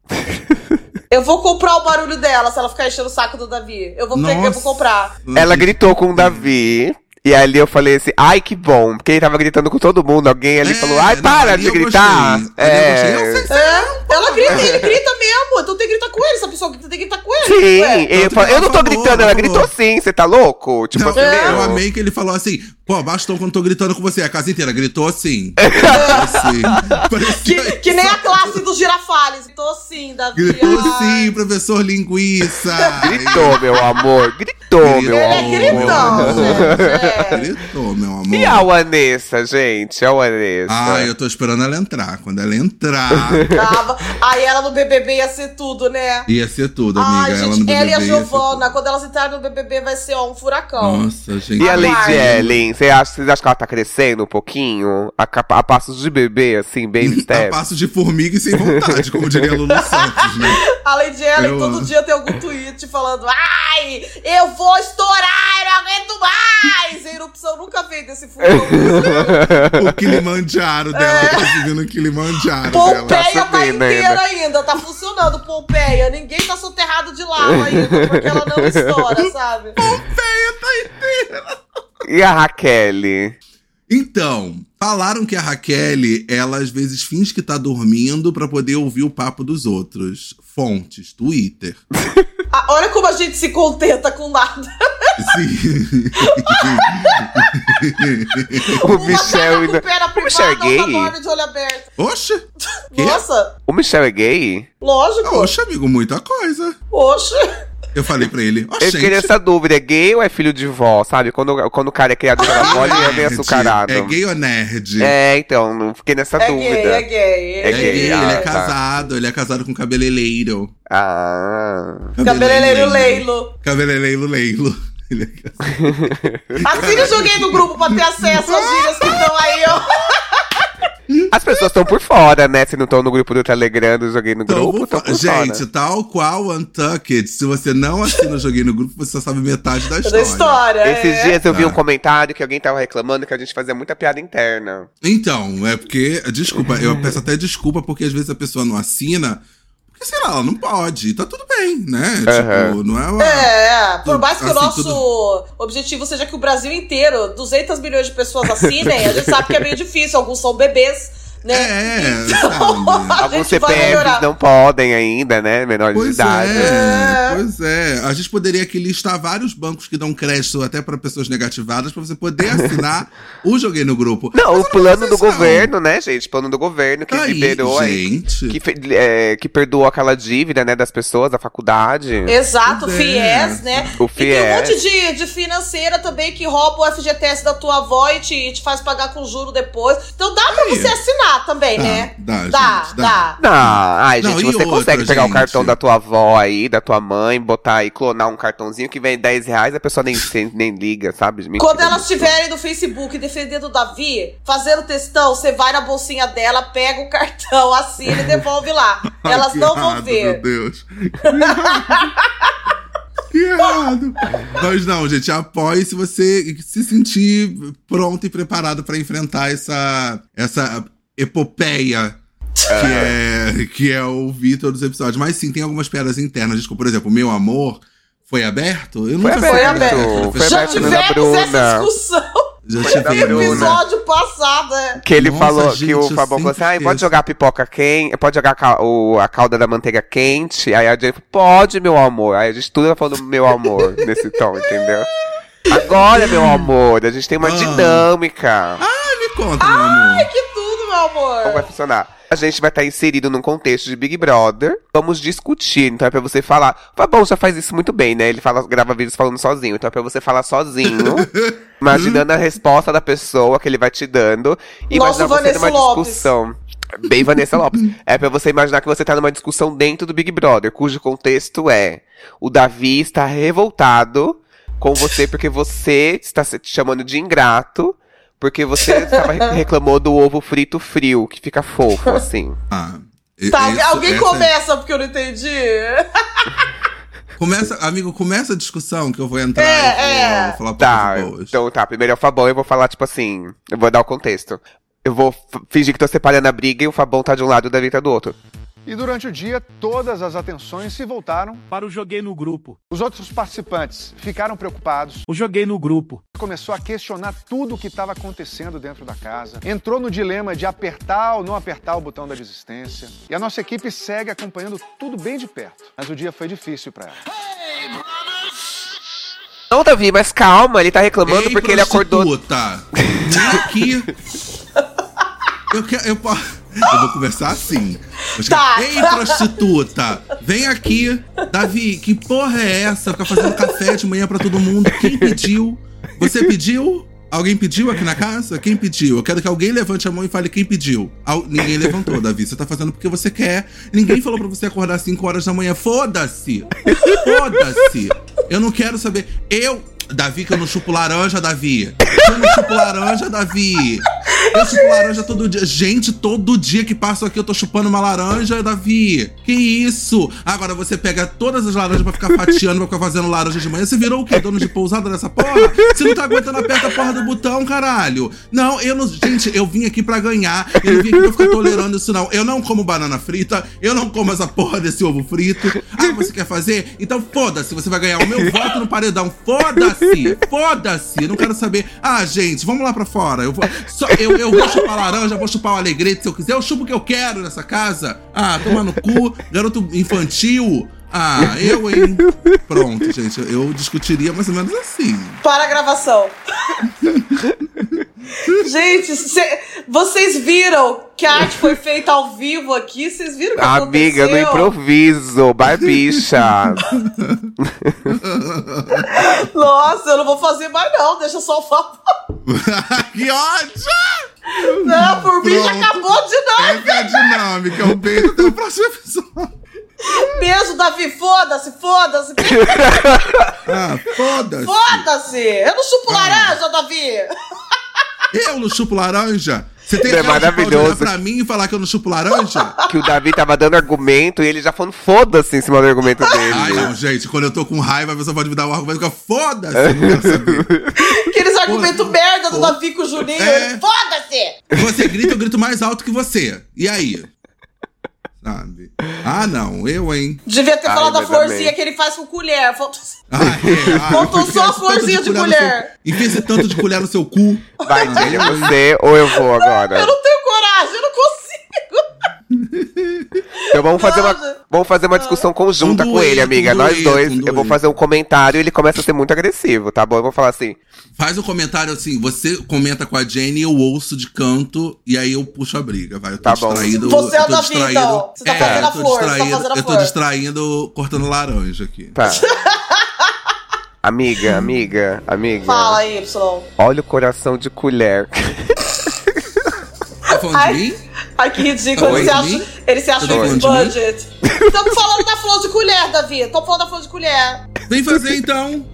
Speaker 7: Eu vou comprar o barulho dela se ela ficar enchendo o saco do Davi. Eu vou, pegar, eu
Speaker 5: Nossa.
Speaker 7: vou comprar.
Speaker 2: Ela
Speaker 5: Uhum.
Speaker 2: gritou com o Davi. E ali eu falei assim, ai que bom, porque ele tava gritando com todo mundo, alguém ali
Speaker 5: É,
Speaker 2: falou, ai
Speaker 5: não,
Speaker 2: para
Speaker 5: ali
Speaker 2: de
Speaker 5: eu
Speaker 2: gritar.
Speaker 5: gostei. Ali eu
Speaker 2: É,
Speaker 5: gostei. Eu sei-
Speaker 7: É, ela grita, ele grita mesmo. Então tem que gritar com ele. Essa pessoa grita, tem que gritar com ele.
Speaker 2: sim,
Speaker 7: Ué.
Speaker 2: ele
Speaker 5: Tanto
Speaker 2: falou,
Speaker 5: que ela
Speaker 2: eu não tô
Speaker 5: falou,
Speaker 2: gritando,
Speaker 5: ela
Speaker 2: ela
Speaker 5: falou.
Speaker 2: gritou sim, você tá louco? Tipo
Speaker 5: Não,
Speaker 2: assim,
Speaker 5: eu,
Speaker 2: meu.
Speaker 5: amei que ele falou assim: pô, bastou quando tô gritando com você. A casa inteira gritou assim. assim. Parecia
Speaker 7: Que, que nem a classe dos girafales. Tô sim, Davi. Ah,
Speaker 5: Gritou
Speaker 7: ai.
Speaker 5: sim, professor linguiça.
Speaker 2: Gritou, meu amor, gritou,
Speaker 5: Gritou.
Speaker 2: meu
Speaker 7: Ele é
Speaker 2: amor.
Speaker 7: gritão, gente. é.
Speaker 5: Gritou, meu amor.
Speaker 2: E a Vanessa, gente? A Vanessa.
Speaker 5: Ah, eu tô esperando ela entrar. Quando ela entrar,
Speaker 7: é. Tava- Aí ela no BBB ia ser tudo, né?
Speaker 5: ia ser tudo,
Speaker 7: Ai,
Speaker 5: amiga. ela no
Speaker 7: gente,
Speaker 5: BBB
Speaker 7: ela e a
Speaker 5: ia ser
Speaker 7: Giovana, quando elas entrarem no BBB, vai ser ó, um
Speaker 5: tudo.
Speaker 7: furacão.
Speaker 5: Nossa, gente.
Speaker 2: E a Lady
Speaker 7: Aguarde.
Speaker 2: Ellen, você acha- vocês acham que ela tá crescendo um pouquinho? A, capa- a passos de bebê, assim, baby
Speaker 5: A
Speaker 2: step.
Speaker 5: passo de formiga e sem vontade, como diria Lulu Santos, né?
Speaker 7: A Lady Ellen
Speaker 5: Eu
Speaker 7: todo
Speaker 5: amo.
Speaker 7: dia tem algum tweet falando Ai, eu vou estourar, eu não aguento mais! A erupção nunca veio desse furacão.
Speaker 5: O Kilimanjaro dela,
Speaker 7: É.
Speaker 5: tá seguindo o Kilimanjaro dela.
Speaker 7: Pompeia tá,
Speaker 2: subindo
Speaker 7: inteira
Speaker 2: ainda.
Speaker 7: ainda, tá funcionando Pompeia. Ninguém tá soterrado de lava ainda, porque ela não estoura, sabe?
Speaker 2: E a Raquel?
Speaker 5: Então, falaram que a Raquel, ela às vezes finge que tá dormindo pra poder ouvir o papo dos outros. Fontes, Twitter.
Speaker 7: Ah, olha como a gente se contenta com nada.
Speaker 5: Sim.
Speaker 2: O
Speaker 7: Uma
Speaker 2: Michel
Speaker 7: tá com
Speaker 2: ainda.
Speaker 7: perna
Speaker 2: O Michel é
Speaker 7: privada, outra
Speaker 2: gay?
Speaker 7: dorme de olho aberto.
Speaker 5: Oxe! Quê?
Speaker 7: Nossa,
Speaker 2: O Michel é gay?
Speaker 7: lógico.
Speaker 5: Oxe, amigo, muita coisa.
Speaker 7: Oxe.
Speaker 5: Eu falei pra ele, ó,
Speaker 2: Eu
Speaker 5: gente.
Speaker 2: queria essa dúvida, é gay ou é filho de vó, sabe? Quando, quando o cara é criado pela mole, ele é meio
Speaker 5: nerd.
Speaker 2: açucarado.
Speaker 5: Ah, É gay ou nerd?
Speaker 2: É, então, não fiquei nessa
Speaker 7: É
Speaker 2: dúvida.
Speaker 7: gay, é gay.
Speaker 2: É
Speaker 5: É
Speaker 2: gay,
Speaker 5: gay,
Speaker 2: ah,
Speaker 5: ele é
Speaker 2: tá.
Speaker 5: casado, ele é casado com cabeleireiro.
Speaker 2: Ah.
Speaker 7: Cabeleireiro Leilo.
Speaker 5: Cabeleireiro Leilo. Ele é casado.
Speaker 7: Assim eu joguei no grupo pra ter acesso às gírias que estão aí, ó.
Speaker 2: As pessoas estão por fora, né? Se não estão no grupo do Telegram, do joguei no
Speaker 5: Então,
Speaker 2: grupo,
Speaker 5: vou
Speaker 2: estão
Speaker 5: fa-
Speaker 2: por
Speaker 5: gente,
Speaker 2: fora.
Speaker 5: tal qual o Untucked, se você não assina o Joguei no Grupo, você só sabe metade da história.
Speaker 7: Da história.
Speaker 2: Esses
Speaker 7: é.
Speaker 2: dias eu vi
Speaker 5: Tá.
Speaker 2: um comentário que alguém tava reclamando que a gente fazia muita piada interna.
Speaker 5: Então, é porque, desculpa, eu peço até desculpa porque às vezes a pessoa não assina, porque sei lá, ela não pode, tá tudo bem, né? Tipo, não é uma...
Speaker 7: É, é. por mais que o
Speaker 5: Assim,
Speaker 7: nosso objetivo seja que o Brasil inteiro, 200 milhões de pessoas assinem, a gente sabe que é meio difícil, alguns são bebês, né?
Speaker 5: É, sabe?
Speaker 7: A
Speaker 2: Alguns
Speaker 7: gente vai
Speaker 2: CPFs
Speaker 7: melhorar.
Speaker 2: não podem ainda, né? Menor de
Speaker 5: Pois
Speaker 2: idade.
Speaker 5: é, pois é. A gente poderia aqui listar vários bancos que dão crédito até pra pessoas negativadas pra você poder assinar o Joguei no Grupo.
Speaker 2: Não, o plano
Speaker 5: faz
Speaker 2: do
Speaker 5: isso, não.
Speaker 2: governo, né, gente? Plano do governo que
Speaker 5: Tá aí,
Speaker 2: liberou aí.
Speaker 5: gente.
Speaker 2: Que, fe- é, que perdoou aquela dívida, né, das pessoas, da faculdade.
Speaker 7: Exato, o
Speaker 5: Pois é.
Speaker 7: FIES, né?
Speaker 2: O é
Speaker 7: E tem um
Speaker 2: FIES.
Speaker 7: monte de, de financeira também que rouba o FGTS da tua avó e te, te faz pagar com juro depois. Então dá pra
Speaker 5: Aí.
Speaker 7: você assinar, dá também,
Speaker 5: Dá,
Speaker 7: né?
Speaker 5: Tá, dá, gente,
Speaker 7: dá,
Speaker 5: dá.
Speaker 2: Não, ai,
Speaker 5: Não,
Speaker 2: gente,
Speaker 5: e
Speaker 2: você
Speaker 5: outra,
Speaker 2: consegue pegar
Speaker 5: gente?
Speaker 2: o cartão da tua avó aí, da tua mãe, botar aí, clonar um cartãozinho que vem 10 reais, a pessoa nem, nem- nem liga, sabe? Mentira,
Speaker 7: Quando elas
Speaker 2: gente.
Speaker 7: estiverem no Facebook defendendo o Davi, fazendo textão, você vai na bolsinha dela, pega o cartão, assina e devolve lá.
Speaker 5: Ai,
Speaker 7: Elas
Speaker 5: que
Speaker 7: não vão
Speaker 5: errado, Meu
Speaker 7: ver.
Speaker 5: Deus. Que errado. Nós não, gente. Apoie se você se sentir pronto e preparado pra enfrentar essa, essa epopeia. Que é, que é o Vitor dos episódios. Mas sim, tem algumas piadas internas. Desculpa, por exemplo, Meu Amor foi aberto? Eu
Speaker 2: Foi
Speaker 5: nunca sei
Speaker 2: aberto,
Speaker 5: se
Speaker 2: foi
Speaker 5: né?
Speaker 2: aberto.
Speaker 7: Já
Speaker 2: Vai,
Speaker 7: tivemos
Speaker 2: Fernanda
Speaker 7: essa
Speaker 2: Bruna.
Speaker 7: discussão
Speaker 5: Já
Speaker 2: Foi da
Speaker 7: no
Speaker 5: tivemos.
Speaker 2: Bruna.
Speaker 7: episódio passado, né?
Speaker 2: Que ele
Speaker 5: Nossa,
Speaker 2: falou
Speaker 5: gente,
Speaker 2: que
Speaker 5: eu
Speaker 2: o Fabão falou
Speaker 5: sempre
Speaker 2: assim: ah,
Speaker 5: esqueço."
Speaker 2: pode jogar a pipoca quente, pode jogar a, ca- o- a calda da manteiga quente. Aí a Jane falou: pode, meu amor. Aí a gente tudo falando meu amor nesse tom, entendeu? Agora, meu amor, a gente tem uma
Speaker 5: Hum. Ah.
Speaker 2: dinâmica.
Speaker 5: Ah, me conta, meu amor.
Speaker 7: É Que tudo, meu
Speaker 2: Como é vai
Speaker 7: amor.
Speaker 2: funcionar? A gente vai estar inserido num contexto de Big Brother. Vamos discutir. Então é pra você falar. Fabão já faz isso muito bem, né? Ele fala, grava vídeos falando sozinho. Então é pra você falar sozinho. imaginando a resposta da pessoa que ele vai te dando. E
Speaker 7: Nosso
Speaker 2: imaginar você
Speaker 7: Vanessa
Speaker 2: numa
Speaker 7: Lopes.
Speaker 2: discussão. Bem, Vanessa Lopes. É pra você imaginar que você tá numa discussão dentro do Big Brother, cujo contexto é: o Davi está revoltado com você porque você está se te chamando de ingrato. Porque você tava- reclamou do ovo frito frio, que fica fofo, assim.
Speaker 5: Ah, e-
Speaker 7: Tá,
Speaker 5: isso-
Speaker 7: alguém
Speaker 5: essa-
Speaker 7: começa porque eu não entendi.
Speaker 5: Começa, amigo, começa a discussão que eu vou entrar
Speaker 7: É,
Speaker 5: e
Speaker 7: é.
Speaker 5: vou, falar
Speaker 2: Tá,
Speaker 5: poucas boas.
Speaker 2: então tá. Primeiro é o Fabão, eu vou falar, tipo assim, eu vou dar o contexto. Eu vou f- fingir que tô separando a briga e o Fabão tá de um lado e o Davi tá do outro.
Speaker 6: E durante o dia, todas as atenções se voltaram.
Speaker 8: Para o Joguei no Grupo.
Speaker 6: Os outros participantes ficaram preocupados,
Speaker 8: O Joguei no Grupo.
Speaker 6: começou a questionar tudo o que estava acontecendo dentro da casa, entrou no dilema de apertar ou não apertar o botão da desistência. E a nossa equipe segue acompanhando tudo bem de perto. Mas o dia foi difícil para ela.
Speaker 2: Não, Davi, mas calma, ele tá reclamando
Speaker 5: Ei,
Speaker 2: porque ele acordou.
Speaker 5: prostituta, Vem aqui. Eu quero. Eu, po- eu vou começar assim. Eu chego-
Speaker 7: Tá.
Speaker 5: Ei, prostituta! Vem aqui! Davi, que porra é essa? Ficar fazendo café de manhã pra todo mundo. Quem pediu? Você pediu? Alguém pediu aqui na casa? Quem pediu? Eu quero que alguém levante a mão e fale quem pediu. Al- Ninguém levantou, Davi. Você tá fazendo porque você quer. Ninguém falou pra você acordar às 5 horas da manhã. Foda-se! Foda-se! Eu não quero saber. Eu. Davi, que eu não chupo laranja, Davi. Que eu não chupo laranja, Davi. Eu chupo laranja todo dia. Gente, todo dia que passo aqui eu tô chupando uma laranja, Davi. Que isso? Agora você pega todas as laranjas pra ficar fatiando, pra ficar fazendo laranja de manhã. Você virou o quê? Dono de pousada dessa porra? Você não tá aguentando aperta a porra do botão, caralho. Não, eu não. Gente, eu vim aqui pra ganhar. Eu não vim aqui pra ficar tolerando isso, não. Eu não como banana frita. Eu não como essa porra desse ovo frito. Ah, você quer fazer? Então foda-se. Você vai ganhar o meu voto no paredão. Foda-se. Foda-se. Eu Não quero saber. Ah, gente, vamos lá pra fora. Eu vou, só- eu, eu vou chupar laranja, vou chupar o alegrete se eu quiser. Eu chupo o que eu quero nessa casa. Ah, tomar no cu. Garoto infantil. Ah, eu, hein? Pronto, gente. Eu, eu discutiria mais ou menos assim.
Speaker 7: Para a gravação. Gente, cê- vocês viram que a arte foi feita ao vivo aqui? Vocês viram o que
Speaker 2: Amiga, no
Speaker 7: aconteceu?
Speaker 2: improviso, barbicha.
Speaker 7: Nossa, eu não vou fazer mais não, deixa só o papo.
Speaker 5: que ódio!
Speaker 7: Não, por mim já
Speaker 5: Pronto.
Speaker 7: acabou de não.
Speaker 5: Essa é a dinâmica. Um beijo. Até o próximo episódio.
Speaker 7: um Beijo, Davi, foda-se, foda-se,
Speaker 5: Ah, foda-se.
Speaker 7: foda-se. Eu não chupo laranja, Davi.
Speaker 5: Eu não chupo laranja? Você tem
Speaker 2: Não é
Speaker 5: cara de pau de olhar
Speaker 2: maravilhoso.
Speaker 5: pra mim e falar que eu não chupo laranja?
Speaker 2: que o Davi tava dando argumento e ele já falando foda-se em cima do argumento
Speaker 5: Ai,
Speaker 2: dele.
Speaker 5: não, gente. Quando eu tô com raiva, a pessoa pode me dar um argumento que eu foda-se. eu não quero saber.
Speaker 7: Aqueles argumentos merda do Davi com o Juninho.
Speaker 5: É.
Speaker 7: ele, Foda-se.
Speaker 5: Você grita, eu grito mais alto que você. E aí? Sabe? Ah, não. Eu, hein?
Speaker 7: Devia ter
Speaker 2: Ai,
Speaker 7: falado a
Speaker 2: mas
Speaker 7: florzinha
Speaker 2: amei.
Speaker 7: que ele faz com colher. Foda-se.
Speaker 5: Ah, é. Ah,
Speaker 7: Faltou
Speaker 5: enfia
Speaker 7: só a
Speaker 5: esse tanto
Speaker 7: florzinha de
Speaker 5: colher no
Speaker 7: colher.
Speaker 5: seu- Enfia esse tanto de colher no seu cu.
Speaker 2: Vai, Jane, é você ou eu vou agora?
Speaker 5: É.
Speaker 7: Eu não tenho coragem, eu não consigo.
Speaker 2: Então vamos fazer
Speaker 7: Nada.
Speaker 2: uma, vamos fazer uma discussão conjunta
Speaker 5: Um
Speaker 2: com ele,
Speaker 5: dueto,
Speaker 2: amiga.
Speaker 5: um
Speaker 2: Nós
Speaker 5: dueto,
Speaker 2: dois.
Speaker 5: um
Speaker 2: eu vou
Speaker 5: dueto.
Speaker 2: fazer um comentário e ele começa a ser muito agressivo, tá bom? Eu vou falar assim.
Speaker 5: Faz um comentário assim. Você comenta com a Jenny, eu ouço de canto. E aí eu puxo a briga. Vai, eu tô
Speaker 2: Tá bom.
Speaker 5: distraído.
Speaker 7: Você é
Speaker 5: eu
Speaker 7: o
Speaker 5: tô
Speaker 7: Davi,
Speaker 5: distraído.
Speaker 7: então. Você tá
Speaker 5: É,
Speaker 7: fazendo a
Speaker 5: eu tô
Speaker 7: flor, você tá
Speaker 5: distraído-
Speaker 7: fazendo a
Speaker 5: Eu tô
Speaker 7: flor.
Speaker 5: distraindo, cortando laranja aqui.
Speaker 2: Tá. Amiga, amiga,
Speaker 5: É.
Speaker 2: amiga.
Speaker 7: Fala, Y.
Speaker 2: Olha o coração de colher.
Speaker 5: Tá falando
Speaker 7: Ai.
Speaker 5: de mim?
Speaker 7: Ai, que ridículo.
Speaker 5: Oi,
Speaker 7: Ele se
Speaker 5: mim?
Speaker 7: acha, ele se acha
Speaker 5: Tá
Speaker 7: Miss
Speaker 5: falando de mim?
Speaker 7: Budget. Estamos falando da flor de colher, Davi. Estamos falando da flor de colher.
Speaker 5: Vem fazer então.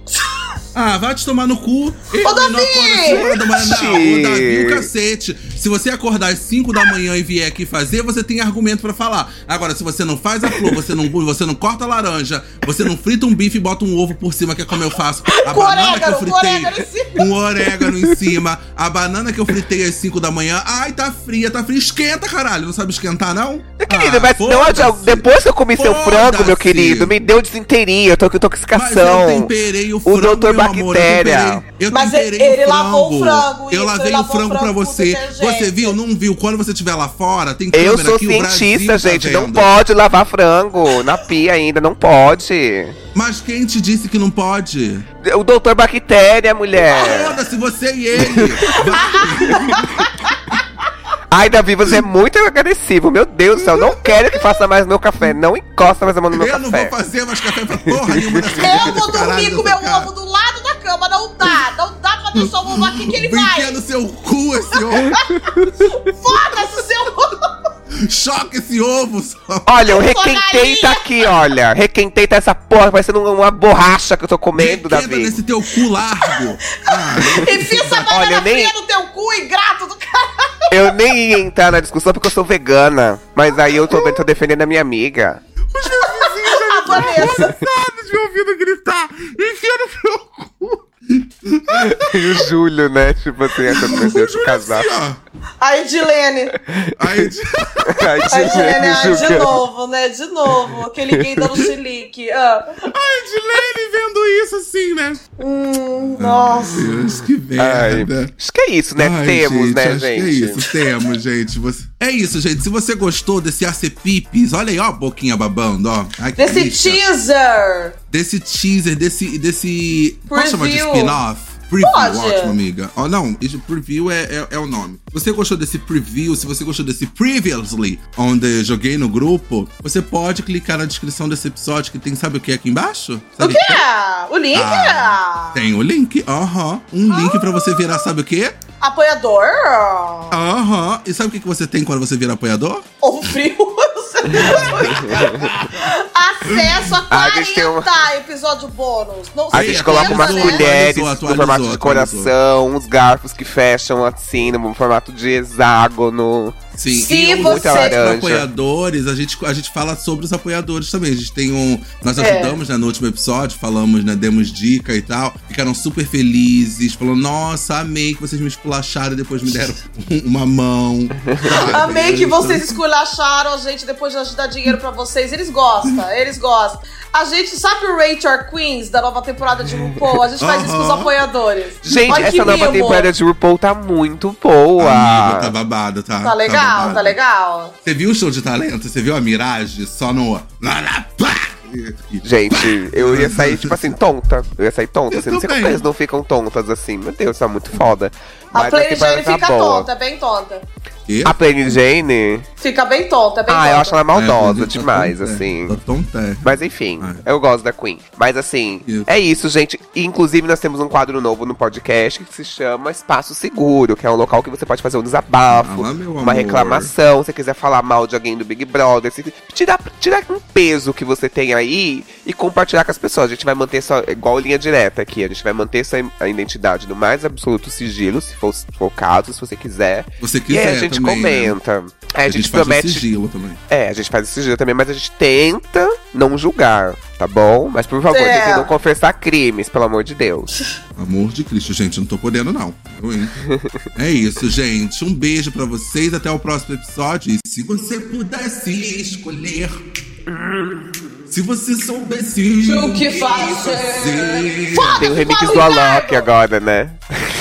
Speaker 5: Ah, vai te tomar no cu. Eu
Speaker 7: Davi!
Speaker 5: não acordo às cinco da manhã. Não, o Davi, o cacete. Se você acordar às 5 da manhã e vier aqui fazer, você tem argumento pra falar. Agora, se você não faz a flor, você não, você não corta a laranja, você não frita um bife e bota um ovo por cima, que é como eu faço. A
Speaker 7: Com
Speaker 5: banana que
Speaker 7: orégano,
Speaker 5: eu
Speaker 7: com orégano
Speaker 5: fritei.
Speaker 7: em cima.
Speaker 5: Um orégano em cima. A banana que eu fritei às 5 da manhã. Ai, tá fria, tá fria. Esquenta, caralho. Não sabe esquentar, não?
Speaker 2: Querido,
Speaker 5: Ah,
Speaker 2: mas não
Speaker 5: foda-se.
Speaker 2: adianta- depois que eu comi seu frango, meu
Speaker 5: Foda-se.
Speaker 2: querido, me deu desinteria, eu tô com
Speaker 5: Mas eu
Speaker 2: intoxicação.
Speaker 5: temperei o
Speaker 2: O
Speaker 5: frango,
Speaker 2: doutor
Speaker 5: meu amor, eu
Speaker 2: Bactéria.
Speaker 5: temperei- Eu
Speaker 7: Mas
Speaker 5: temperei
Speaker 7: ele- ele
Speaker 5: o frango.
Speaker 7: lavou o frango, isso,
Speaker 5: Eu lavei
Speaker 7: ele
Speaker 5: o
Speaker 7: lavou o
Speaker 5: frango pra
Speaker 7: frango com
Speaker 5: você.
Speaker 7: detergente.
Speaker 5: Você viu, não viu? Quando você estiver lá fora, tem câmera
Speaker 2: Eu sou
Speaker 5: aqui, o Brasil
Speaker 2: cientista,
Speaker 5: tá
Speaker 2: gente. Não
Speaker 5: vendo.
Speaker 2: pode lavar frango na pia ainda, não pode.
Speaker 5: Mas quem te disse que não pode?
Speaker 2: O doutor Bactéria, mulher.
Speaker 5: Foda-se, você e ele.
Speaker 2: Ai, Davi, você é muito agressivo. Meu Deus do céu, não quero que faça mais meu café. Não encosta mais a mão no meu
Speaker 5: eu não
Speaker 2: café.
Speaker 5: vou fazer mais café pra porra nenhuma dessa
Speaker 7: Eu vou dormir
Speaker 5: Caralho,
Speaker 7: com meu
Speaker 5: cara.
Speaker 7: ovo do lado da cama. Não dá. Não dá pra deixar o ovo aqui que ele
Speaker 5: Brinquedo
Speaker 7: vai.
Speaker 5: no seu cu esse ovo.
Speaker 7: Foda-se, seu ovo.
Speaker 5: Choca esse ovo só.
Speaker 2: Olha, eu
Speaker 7: Eu sou
Speaker 2: requentei
Speaker 7: galinha.
Speaker 2: tá aqui, olha. Requentei tá essa porra, parecendo uma borracha que eu tô comendo,
Speaker 5: Brinquedo
Speaker 2: Davi.
Speaker 5: nesse teu cu largo. Ah,
Speaker 7: Enfia essa
Speaker 2: Olha,
Speaker 7: banana
Speaker 2: eu nem-
Speaker 7: fria no teu cu, ingrato do caralho.
Speaker 2: Eu nem ia entrar na discussão porque eu sou vegana. Mas aí eu tô, tô defendendo a minha amiga.
Speaker 7: A Vanessa.
Speaker 5: nada de me ouvindo gritar. Enfia no seu cu.
Speaker 2: E o Júlio, né? Tipo assim, essa pessoa de casar.
Speaker 5: Assim, ó.
Speaker 7: A Edilene.
Speaker 5: Aí,
Speaker 2: Ai,
Speaker 7: A Edilene, ah,
Speaker 2: Júlio,
Speaker 7: de novo, né? De novo. Aquele gay dando chilique. Ah.
Speaker 5: Ai, Edilene vendo isso assim, né?
Speaker 7: Nossa.
Speaker 5: Deus, que
Speaker 2: Ai,
Speaker 5: merda.
Speaker 2: acho que é isso, né?
Speaker 5: Ai,
Speaker 2: Temos,
Speaker 5: gente,
Speaker 2: né,
Speaker 5: acho que
Speaker 2: gente?
Speaker 5: é isso, temos, gente. Você- É isso, gente. Se você gostou desse AC Pipis, olha aí, ó, a boquinha babando, ó. Ai, que
Speaker 7: Desse
Speaker 5: bicha.
Speaker 7: teaser.
Speaker 5: Desse teaser, desse. desse posso chamar de
Speaker 7: Preview.
Speaker 5: spin-off? Preview,
Speaker 7: Pode.
Speaker 5: ótimo, amiga. Ó, não, isso- preview é, é, é o nome. Se você gostou desse preview, se você gostou desse previously, onde joguei no grupo, você pode clicar na descrição desse episódio que tem, sabe o que aqui embaixo?
Speaker 7: O
Speaker 5: Sabe
Speaker 7: que é? O link?
Speaker 5: Ah, Tem o link, aham. Um link pra você
Speaker 7: Ah.
Speaker 5: virar, sabe o quê?
Speaker 7: Apoiador?
Speaker 5: Aham. E sabe o que que você tem quando você vira apoiador?
Speaker 7: Ou frio? Acesso a
Speaker 2: Ah, deixa
Speaker 7: 40
Speaker 2: eu-
Speaker 7: episódio bônus. Não
Speaker 2: A
Speaker 5: Sim,
Speaker 2: gente
Speaker 5: atualizou,
Speaker 2: coloca umas
Speaker 5: atualizou,
Speaker 2: colheres
Speaker 5: atualizou,
Speaker 2: no formato de
Speaker 5: atualizou.
Speaker 2: coração, uns garfos que fecham assim, no formato de hexágono.
Speaker 5: Sim.
Speaker 7: Se
Speaker 5: e os
Speaker 7: você-
Speaker 2: laranja.
Speaker 5: apoiadores, a gente, a gente fala sobre os apoiadores também. A gente tem um. Nós
Speaker 7: É.
Speaker 5: ajudamos né, no último episódio, falamos, né? Demos dica e tal. Ficaram super felizes, falando, nossa, amei que vocês me esculacharam e depois me deram uma mão.
Speaker 7: Amei que vocês esculacharam a gente depois de a gente dar dinheiro pra vocês. Eles gostam, eles gostam. A gente sabe o Rate Our Queens da nova temporada de RuPaul? A gente faz isso com os
Speaker 5: Aham.
Speaker 7: apoiadores.
Speaker 2: Gente,
Speaker 7: Olha que
Speaker 2: essa nova
Speaker 7: mimo.
Speaker 2: temporada de RuPaul tá muito boa.
Speaker 5: Amiga, tá babado, tá?
Speaker 7: Tá legal,
Speaker 5: babado.
Speaker 7: tá legal.
Speaker 5: Você viu o show de talento? Você viu a Mirage só no.
Speaker 2: Gente, eu ia sair, tipo assim, tonta. Eu ia sair tonta.
Speaker 5: Eu
Speaker 2: Assim, não sei como
Speaker 5: também.
Speaker 2: eles não ficam tontas assim. Meu Deus, tá muito foda.
Speaker 7: A Playlist
Speaker 2: tá temporada
Speaker 7: Jane fica tonta, é bem tonta.
Speaker 5: E?
Speaker 2: A Plain Jane?
Speaker 7: Fica bem tonta, é bem
Speaker 2: Ah,
Speaker 7: tonta.
Speaker 2: eu acho ela maldosa
Speaker 5: É,
Speaker 2: demais,
Speaker 5: tá tonta,
Speaker 2: assim.
Speaker 5: Tá tonta, é.
Speaker 2: Mas enfim,
Speaker 5: Ah.
Speaker 2: eu gosto da Queen. Mas assim,
Speaker 5: Isso.
Speaker 2: é isso, gente. E, Inclusive, nós temos um quadro novo no podcast que se chama Espaço Seguro, que é um local que você pode fazer um desabafo,
Speaker 5: Ah, meu
Speaker 2: uma
Speaker 5: amor.
Speaker 2: reclamação, se quiser falar mal de alguém do Big Brother, se- tirar, tirar um peso que você tem aí e compartilhar com as pessoas. A gente vai manter só, igual linha direta aqui, a gente vai manter essa a identidade no mais absoluto sigilo, se for, se for o caso, se você quiser.
Speaker 5: Você
Speaker 2: E
Speaker 5: quiser
Speaker 2: aí a gente
Speaker 5: também, né?
Speaker 2: comenta. Aí a, gente,
Speaker 5: faz o
Speaker 2: promete
Speaker 5: sigilo também.
Speaker 2: é, a gente faz esse giro também, mas a gente tenta não julgar, tá bom? Mas por favor,
Speaker 7: É.
Speaker 2: tentem não confessar crimes, pelo amor de Deus.
Speaker 5: Amor de Cristo, gente, não tô podendo não. Eu, hein? é isso, gente. Um beijo pra vocês, até o próximo episódio. E se você pudesse escolher, se você soubesse
Speaker 7: O que fazer?
Speaker 5: fazer,
Speaker 2: Tem o remix do Alok agora, né?